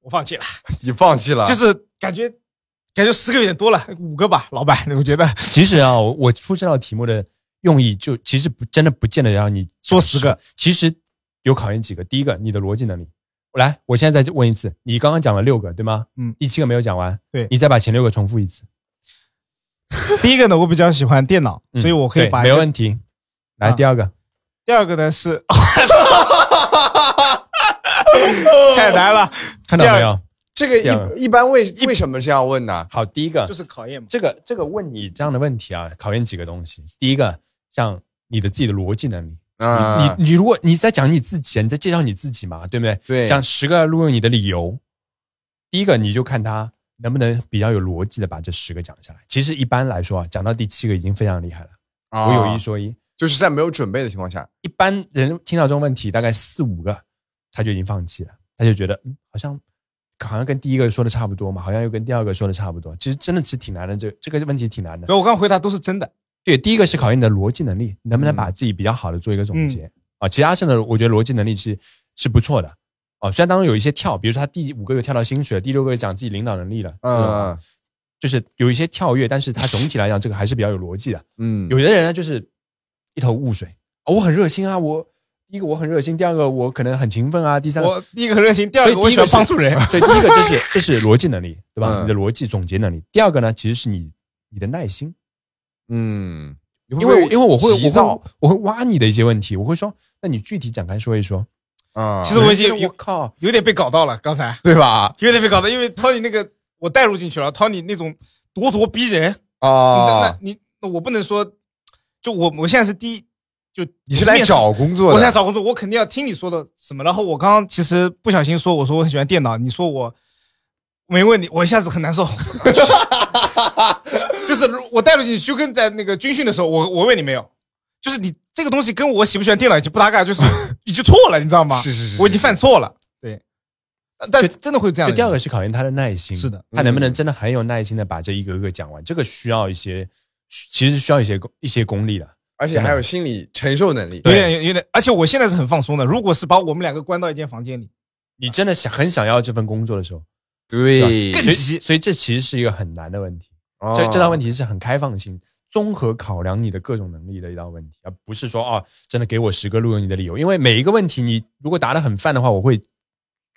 Speaker 2: 我放弃了，
Speaker 1: 你放弃了，
Speaker 2: 就是感觉感觉十个有点多了，五个吧，老板， 我 觉得
Speaker 3: 其实啊，我我出这道题目的用意就其实不真的不见得要你
Speaker 2: 说十个，
Speaker 3: 其实有考验几个。第一个，你的逻辑能力。来，我现在再问一次，你刚刚讲了六个，对吗？
Speaker 2: 嗯
Speaker 3: 第七个没有讲完，
Speaker 2: 对
Speaker 3: 你再把前六个重复一次，
Speaker 2: 第一个呢，我比较喜欢电脑，
Speaker 3: 嗯
Speaker 2: 所以我可以
Speaker 3: 对
Speaker 2: 把一
Speaker 3: 没
Speaker 2: 个
Speaker 3: 问题。来，
Speaker 2: 啊
Speaker 3: 第二个，
Speaker 2: 第二个呢 是，太难了，
Speaker 3: 看到没
Speaker 2: 第
Speaker 3: 有？
Speaker 1: 这个
Speaker 3: 这样
Speaker 1: 一一般为为什么这样问呢？
Speaker 3: 好，第一个
Speaker 2: 就是考验嘛。
Speaker 3: 这个这个问你这样的问题啊，考验几个东西。第一个，像你的自己的逻辑能力。你
Speaker 1: 啊，
Speaker 3: 你你如果你在讲你自己，你在介绍你自己嘛，对不对？
Speaker 1: 对
Speaker 3: 讲十个录用你的理由，第一个你就看他能不能比较有逻辑的把这十个讲下来。其实一般来说啊，讲到第七个已经非常厉害了。
Speaker 1: 啊
Speaker 3: 我有一，说一，
Speaker 1: 就是在没有准备的情况下，
Speaker 3: 一般人听到这种问题，大概四五个他就已经放弃了，他就觉得嗯，好像好像跟第一个说的差不多嘛，好像又跟第二个说的差不多。其实真的是挺难的，这这个问题挺难的
Speaker 2: 所。以我刚回答都是真的。
Speaker 3: 对，第一个是考验你的逻辑能力，能
Speaker 1: 嗯
Speaker 3: 不能把自己比较好的做一个总结、啊。其他事呢，我觉得逻辑能力是是不错的啊。虽然当中有一些跳，比如说他第五个又跳到薪水了，第六个又讲自己领导能力了，
Speaker 1: 嗯
Speaker 3: 嗯，就是有一些跳跃，但是它总体来讲这个还是比较有逻辑 的。
Speaker 1: 嗯，
Speaker 3: 有的人呢就是一头雾水，哦我很热心啊，我第一个我很热心，第二个我可能很勤奋啊，第三个
Speaker 2: 我第一个很热情，第二
Speaker 3: 所以
Speaker 2: 个我
Speaker 3: 第一
Speaker 2: 喜
Speaker 3: 个
Speaker 2: 欢
Speaker 3: 是
Speaker 2: 帮助 人。
Speaker 3: 所以第一个这是这是逻辑能力，对吧？
Speaker 1: 嗯
Speaker 3: 你的逻辑总结能力。第二个呢，其实是你你的耐心，
Speaker 1: 嗯，因
Speaker 3: 因为我因为我会
Speaker 1: 急
Speaker 3: 我会
Speaker 1: 躁
Speaker 3: 我会挖你的一些问题，我会说，那你具体展开说一说。哎
Speaker 1: 啊，
Speaker 2: 其实我已经
Speaker 3: 我靠，
Speaker 2: 有点被搞到了，刚才
Speaker 1: 对吧？
Speaker 2: 有点被搞到，因为 Tony 那个我带入进去了，Tony 那种咄咄逼人，那那
Speaker 1: 啊，
Speaker 2: 你那我不能说，就我我现在是第一，就
Speaker 1: 你是来
Speaker 2: 面试
Speaker 1: 找工作的？
Speaker 2: 我现在找工作，我肯定要听你说的什么。然后我刚刚其实不小心说，我说我很喜欢电脑，你说我没问你，我一下子很难受。 就是我带入进去，就跟在那个军训的时候，我我问你没有，就是你这个东西跟我喜不喜欢电脑已经不搭嘎，就是 已经错了，你知道吗？
Speaker 1: 是是是是
Speaker 2: 我已经犯错了。对，但真的会有这样
Speaker 3: 就
Speaker 2: 的人。
Speaker 3: 第二个是考验他的耐心，
Speaker 2: 是的，
Speaker 3: 他能不能真的很有耐心的把这一个个讲完？这个需要一些，其实需要一些功一些功力的。
Speaker 1: 而且还有心理承受能力。
Speaker 2: 有点有有点，而且我现在是很放松的。如果是把我们两个关到一间房间里，
Speaker 3: 你真的想很想要这份工作的时候，
Speaker 1: 对，哦
Speaker 2: 更
Speaker 3: 所以
Speaker 2: 急
Speaker 3: 所以这其实是一个很难的问题。这这道问
Speaker 1: 题，
Speaker 3: 题是很开放性，综合考量你的各种能力的一道问题，而不是说哦，真的给我十个录用你的理由，因为每一个问题你如果答得很泛的话，我会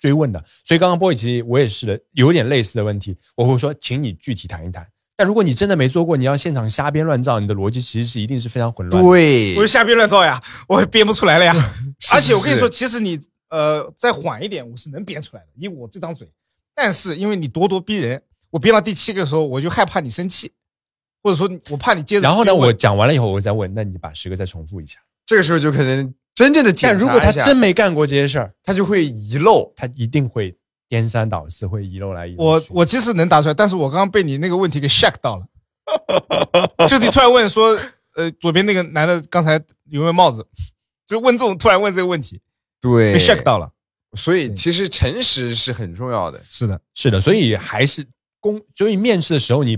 Speaker 3: 追问的。所以刚刚波以及我也是的，有点类似的问题，我会说，请你具体谈一谈。但如果你真的没做过，你要现场瞎编乱造，你的逻辑其实是一定是非常混乱的。
Speaker 1: 对
Speaker 2: 我就，瞎编乱造呀，我也编不出来了呀。
Speaker 1: 是
Speaker 2: 而且我跟你，说，
Speaker 1: 是
Speaker 2: 其实你呃再缓一点，我是能编出来的，以我这张嘴。但是因为你咄咄逼人，我编到第七个的时候，我就害怕你生气，或者说你我怕你接着追问。
Speaker 3: 然后呢，我讲完了以后，我再问，那你把十个再重复一下。
Speaker 1: 这个时候就可能真正的检查
Speaker 3: 但
Speaker 1: 一下，
Speaker 3: 如果他真没干过这些事儿，
Speaker 1: 他就会遗漏，
Speaker 3: 他一定会颠三倒四，会遗漏来遗漏
Speaker 2: 我
Speaker 3: 去
Speaker 2: 我其实能答出来，但是我刚刚被你那个问题给 shock 到了，就是你突然问说，呃，左边那个男的刚才有没有帽子，就问这种突然问这个问题，
Speaker 1: 对
Speaker 2: 被 shock 到了。
Speaker 1: 所以其实诚实是很重要的。
Speaker 2: 是的，
Speaker 3: 是的，所以还是公，所以面试的时候你，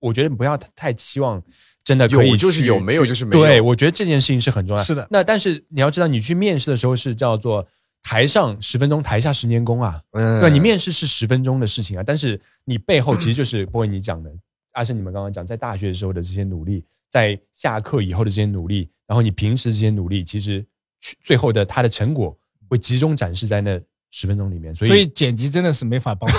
Speaker 3: 我觉得不要太期望真的可以
Speaker 1: 有就是
Speaker 3: 去
Speaker 1: 有，没有就是没有。
Speaker 3: 对，我觉得这件事情是很重要。
Speaker 2: 是的
Speaker 3: 那但是你要知道，你去面试的时候是叫做台上十分钟，台下十年功啊。
Speaker 1: 嗯，
Speaker 3: 对，你面试是十分钟的事情啊，但是你背后其实就是 波音你讲的，阿胜你们刚刚讲，在大学的时候的这些努力，在下课以后的这些努力，然后你平时这些努力，其实去最后的它的成果会集中展示在那十分钟里面，所以
Speaker 2: 所以剪辑真的是没法帮助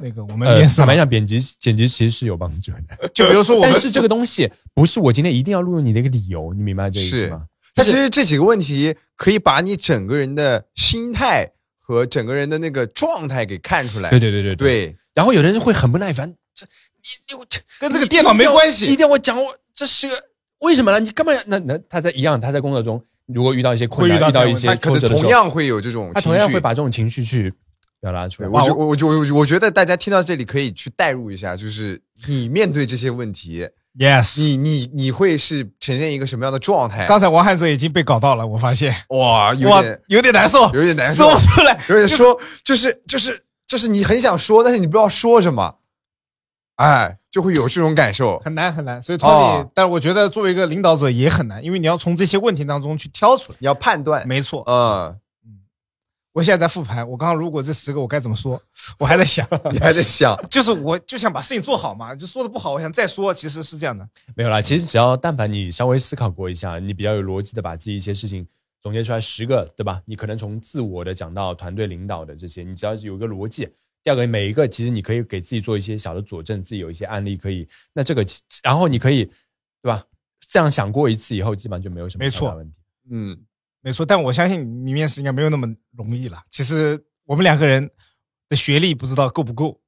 Speaker 2: 那个我 们面试嘛。
Speaker 3: 呃坦白讲，剪辑剪辑其实是有帮助的，
Speaker 2: 就比如 说我们
Speaker 3: 但是这个东西不是我今天一定要录用你的一个理由，你明白这个意思
Speaker 1: 是
Speaker 3: 吗？
Speaker 1: 他其实这几个问题可以把你整个人的心态和整个人的那个状态给看出来。
Speaker 2: 哎
Speaker 3: 对对对对。
Speaker 1: 对
Speaker 3: 然后有的人会很不耐烦，这你你我这
Speaker 2: 跟这个电脑没关系
Speaker 3: 你一定要我讲我这是个为什么呢？你干嘛要那那他在一样他在工作中如果遇到一些困难，
Speaker 2: 会遇到
Speaker 3: 遇到一
Speaker 2: 这
Speaker 3: 些
Speaker 1: 他可
Speaker 3: 挫
Speaker 1: 能
Speaker 3: 折的时
Speaker 1: 同
Speaker 3: 候，
Speaker 1: 样会有这种
Speaker 3: 他
Speaker 1: 情
Speaker 3: 同样
Speaker 1: 绪
Speaker 3: 会。把这种情绪去表达出
Speaker 1: 对
Speaker 3: 来。
Speaker 1: 我
Speaker 3: 哇
Speaker 1: 觉我我我我觉得大家听到这里可以去代入一下，就是你面对这些问题，
Speaker 2: yes，
Speaker 1: 你你你会是呈现一个什么样的状态？
Speaker 2: 刚才王汉泽已经被搞到了，我发现
Speaker 1: 哇，有
Speaker 2: 哇
Speaker 1: 点
Speaker 2: 有点难受，
Speaker 1: 有点难受
Speaker 2: 说不出来。
Speaker 1: 有点说，就是就是就是你很想说，但是你不知道说什么，哎，就会有这种感受。
Speaker 2: 很难很难，所以 Tony，、
Speaker 1: 哦
Speaker 2: 但是我觉得作为一个领导者也很难，因为你要从这些问题当中去挑出来。
Speaker 1: 你要判断，
Speaker 2: 没错，
Speaker 3: 哦
Speaker 1: 嗯，
Speaker 2: 我现在在复盘，我刚刚如果这十个我该怎么说，我还在 想，
Speaker 1: 你还在想，
Speaker 2: 就是我就想把事情做好嘛，就说的不好，我想再说，其实是这样的。
Speaker 3: 没有啦，其实只要但凡你稍微思考过一下，你比较有逻辑的把自己一些事情总结出来十个，对吧？你可能从自我的讲到团队领导的这些，你只要有一个逻辑。第二个，每一个其实你可以给自己做一些小的佐证，自己有一些案例可以。那这个其，然后你可以，对吧？这样想过一次以后，基本上就没有什么
Speaker 2: 没
Speaker 3: 太
Speaker 2: 错
Speaker 3: 大问题。
Speaker 1: 嗯，
Speaker 2: 没错，但我相信你面试应该没有那么容易了。其实我们两个人的学历不知道够不够，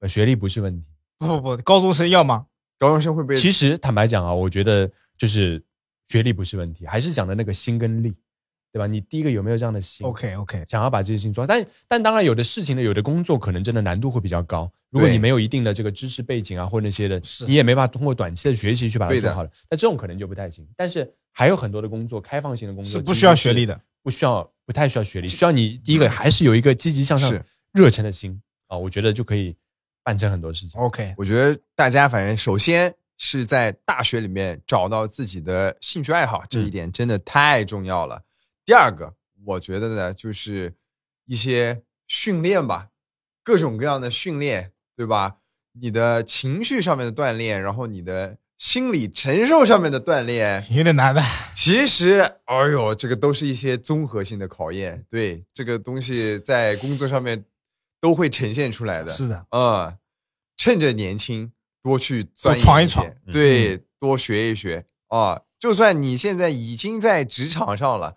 Speaker 3: 呃学历不是问题。
Speaker 2: 不不不，高中生要吗？
Speaker 1: 高中生会被
Speaker 3: 其实坦白讲啊，我觉得就是学历不是问题，还是讲的那个心跟力，对吧？你第一个有没有这样的
Speaker 1: 嗯
Speaker 3: 心
Speaker 2: OK OK，
Speaker 3: 想要把这些事情做好，但但当然有的事情呢，有的工作可能真的难度会比较高。如果
Speaker 1: 对
Speaker 3: 你没有一定的这个知识背景啊，或者那些的
Speaker 2: 是，
Speaker 3: 你也没办法通过短期的学习去把它
Speaker 1: 对的
Speaker 3: 做好了。那这种可能就不太行。但是还有很多的工作，开放性的工作
Speaker 2: 是不需要学历
Speaker 3: 的，
Speaker 2: 的。
Speaker 3: 不需要不太需要学历，需要你第一个还是有一个积极向上
Speaker 1: 是、
Speaker 3: 热忱的心啊，我觉得就可以办成很多事情。
Speaker 2: OK，
Speaker 1: 我觉得大家反正首先是在大学里面找到自己的兴趣爱好，这一
Speaker 3: 嗯
Speaker 1: 点真的太重要了。第二个，我觉得呢，就是一些训练吧，各种各样的训练，对吧？你的情绪上面的锻炼，然后你的心理承受上面的锻炼，
Speaker 2: 有点难的。
Speaker 1: 其实，哎呦，这个都是一些综合性的考验。对，这个东西在工作上面都会呈现出来的。
Speaker 2: 是的，
Speaker 1: 嗯，趁着年轻多去钻研
Speaker 2: 多闯一嗯
Speaker 1: 些
Speaker 2: 闯
Speaker 1: 对，多学一学啊。就算你现在已经在职场上了，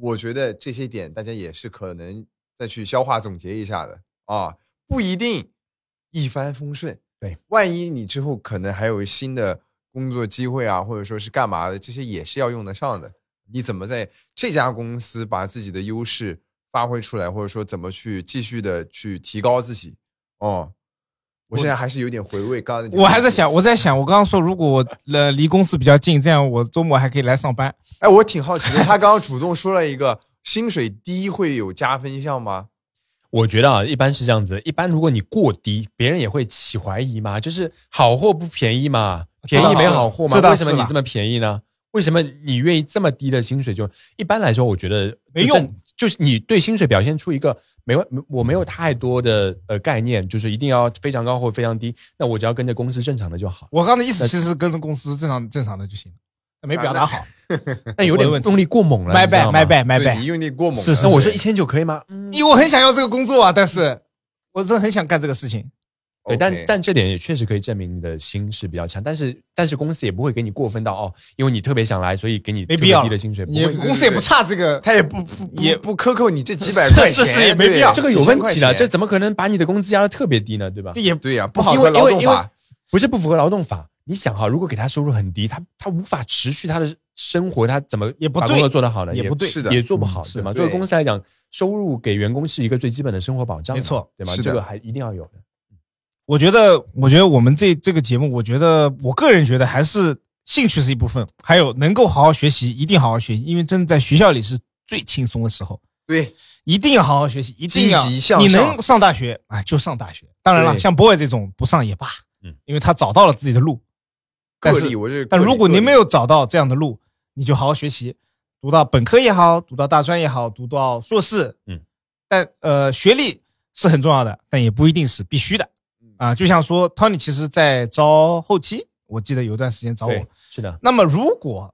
Speaker 1: 我觉得这些点大家也是可能再去消化总结一下的啊，不一定一帆风顺。
Speaker 3: 对，
Speaker 1: 万一你之后可能还有新的工作机会啊，或者说是干嘛的，这些也是要用得上的。你怎么在这家公司把自己的优势发挥出来，或者说怎么去继续的去提高自己？哦，我现在还是有点回味刚刚那几个
Speaker 2: 我还在
Speaker 1: 问题，
Speaker 2: 想，我在想，我刚刚说如果我呃离公司比较近，这样我周末还可以来上班。
Speaker 1: 哎，我挺好奇的，他刚刚主动说了一个薪水低会有加分项吗？
Speaker 3: 我觉得啊，一般是这样子。一般如果你过低，别人也会起怀疑嘛，就是好货不便宜嘛，
Speaker 2: 哦这
Speaker 3: 便
Speaker 2: 倒
Speaker 3: 宜没
Speaker 2: 是
Speaker 3: 好货嘛，
Speaker 2: 这倒
Speaker 3: 为什么
Speaker 2: 是
Speaker 3: 你
Speaker 2: 啦
Speaker 3: 这么便宜呢？为什么你愿意这么低的薪水就？一般来说，我觉得就
Speaker 2: 没
Speaker 3: 正
Speaker 2: 用，
Speaker 3: 就是你对薪水表现出一个没问，我没有太多的呃概念，就是一定要非常高或非常低，那我只要跟着公司正常的 就好。
Speaker 2: 我刚刚的意思其实是跟着公司正常正常的就行了，没表达好。
Speaker 3: 但有点
Speaker 2: 我的问题
Speaker 3: 用力过猛了，
Speaker 2: My
Speaker 3: 你知
Speaker 2: bad, my
Speaker 3: 道吗？
Speaker 2: bad, my
Speaker 1: 对你
Speaker 2: bad。
Speaker 1: 用力过猛了，
Speaker 2: 是是
Speaker 3: 那我说
Speaker 2: 是
Speaker 3: 一千九可以吗？嗯，
Speaker 2: 因为我很想要这个工作啊，但是我真的很想干这个事情。
Speaker 1: OK
Speaker 3: 对，但但这点也确实可以证明你的心是比较强，但是但是公司也不会给你过分到哦，因为你特别想来，所以给你
Speaker 2: 没
Speaker 3: 特
Speaker 2: 必
Speaker 3: 别
Speaker 2: 要
Speaker 3: 低的薪水，不
Speaker 2: 也
Speaker 3: 会。
Speaker 2: 公司也不差这个，
Speaker 1: 他也不不
Speaker 2: 也
Speaker 1: 也不克扣你这几百块
Speaker 2: 是
Speaker 1: 钱，
Speaker 2: 是是也没必要
Speaker 1: 对
Speaker 3: 这个有问题的，
Speaker 1: 几千块钱
Speaker 3: 这怎么可能把你的工资压得特别低呢？对吧
Speaker 2: 这？也
Speaker 1: 对呀、不好
Speaker 3: 因
Speaker 1: 和
Speaker 3: 为因
Speaker 1: 劳
Speaker 3: 为
Speaker 1: 动
Speaker 3: 因为
Speaker 1: 法。
Speaker 3: 不是不符合劳动法。你想哈，如果给他收入很低，他他无法持续他的生活，他怎么
Speaker 2: 也不
Speaker 3: 把
Speaker 2: 对
Speaker 3: 工作做得好呢？
Speaker 2: 也不对
Speaker 1: 是的
Speaker 3: 也做不好，
Speaker 2: 嗯是
Speaker 3: 对吗？
Speaker 1: 的
Speaker 3: 作为
Speaker 1: 对
Speaker 3: 公司来讲，收入给员工是一个最基本的生活保障嘛，
Speaker 2: 没错
Speaker 3: 对吗？
Speaker 1: 是的
Speaker 3: 这个还一定要有的。
Speaker 2: 我觉得，我觉得我们这这个节目，我觉得我个人觉得还是兴趣是一部分，还有能够好好学习，一定好好学习，因为真的在学校里是最轻松的时候，
Speaker 1: 对，
Speaker 2: 一定要好好学习，一定
Speaker 1: 积极向上
Speaker 2: 要你能上大学啊就上大学。当然了，
Speaker 1: 对
Speaker 2: 像博伟这种不上也罢，
Speaker 3: 嗯
Speaker 2: 因为他找到了自己的路。但
Speaker 1: 个
Speaker 2: 是
Speaker 1: 例我这
Speaker 2: 但如果您没
Speaker 1: 有
Speaker 2: 有找到这样的路，你就好好学习，读到本科也好，读到大专也好，读到硕士，
Speaker 3: 嗯，
Speaker 2: 但呃，学历是很重要的，但也不一定是必须的
Speaker 1: 嗯
Speaker 2: 啊。就像说，Tony 其实在招后期，我记得有段时间找我
Speaker 3: 对，，是的，
Speaker 2: 那么如果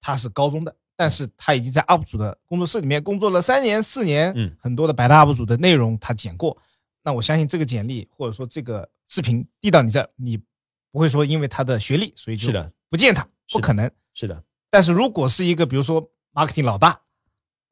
Speaker 2: 他是高中的，但
Speaker 3: 嗯
Speaker 2: 是他已经在 UP 主的工作室里面工作了三年、四年，
Speaker 3: 嗯，
Speaker 2: 很多的百大 UP 主的内容他剪过，那我相信这个简历或者说这个视频递到你这儿，你不会说因为他的学历，所以就是
Speaker 3: 的，
Speaker 2: 不见他，
Speaker 3: 是
Speaker 2: 不
Speaker 3: 的
Speaker 2: 可能。
Speaker 3: 是的，
Speaker 2: 但是如果是一个比如说 marketing 老大，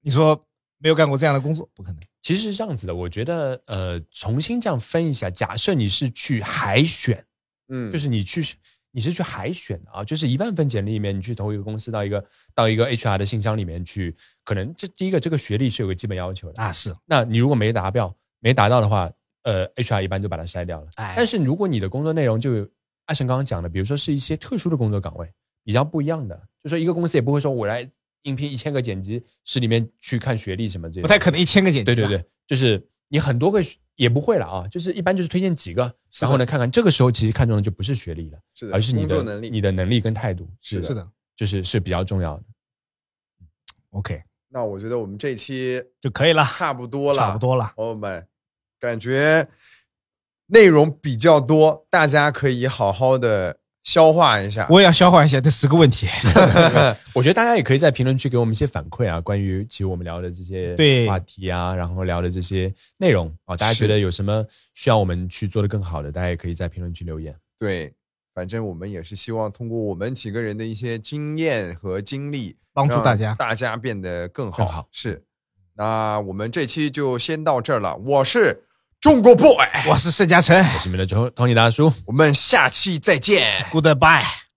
Speaker 2: 你说没有干过这样的工作，不可能。
Speaker 3: 其实是这样子的，我觉得呃，重新这样分一下，假设你是去海选，
Speaker 1: 嗯，
Speaker 3: 就是你去你是去海选的啊，就是一万份简历里面，你去投一个公司到一个到一个 HR 的信箱里面去，可能这第一个这个学历是有个基本要求的，
Speaker 2: 啊，是，
Speaker 3: 那你如果没达标没达到的话，呃，HR 一般就把它筛掉了。
Speaker 2: 哎，
Speaker 3: 但是如果你的工作内容就有阿成刚刚讲的，比如说是一些特殊的工作岗位，比较不一样的，就说一个公司也不会说我来应聘一千个剪辑师里面去看学历什么这些，
Speaker 2: 不太可能一千个简啊
Speaker 3: 对
Speaker 2: 历。
Speaker 3: 对，对，就是你很多个学也不会了啊，就是一般就是推荐几个，
Speaker 2: 是的
Speaker 3: 然后呢看看这个时候其实看重的就不是学历了，
Speaker 1: 是的，
Speaker 3: 而是你
Speaker 1: 工
Speaker 3: 的
Speaker 1: 作能力。
Speaker 3: 你的能力跟态度，是
Speaker 2: 是，的
Speaker 3: 就是是比较重要的。
Speaker 2: ，OK
Speaker 1: 那我觉得我们这期
Speaker 2: 就可以了，
Speaker 1: 差不多了，
Speaker 2: 啊差不多了。
Speaker 1: 朋友们，感觉内容比较多，大家可以好好的消化一下。
Speaker 2: 我也要消化一下这十个问题。
Speaker 3: 我觉得大家也可以在评论区给我们一些反馈啊，关于其实我们聊的这些
Speaker 2: 对
Speaker 3: 话题啊，然后聊的这些内容啊，大家
Speaker 1: 是
Speaker 3: 觉得有什么需要我们去做的更好的，大家也可以在评论区留言。
Speaker 1: 对，反正我们也是希望通过我们几个人的一些经验和经历，
Speaker 2: 帮助
Speaker 1: 让
Speaker 2: 大家
Speaker 1: 大家变得更好。
Speaker 3: 更好
Speaker 1: 是，那我们这期就先到这儿了。我是中国 boy，
Speaker 2: 我是盛嘉诚
Speaker 3: 我是你们的 Tony 大叔，
Speaker 1: 我们下期再见。
Speaker 2: ，Goodbye。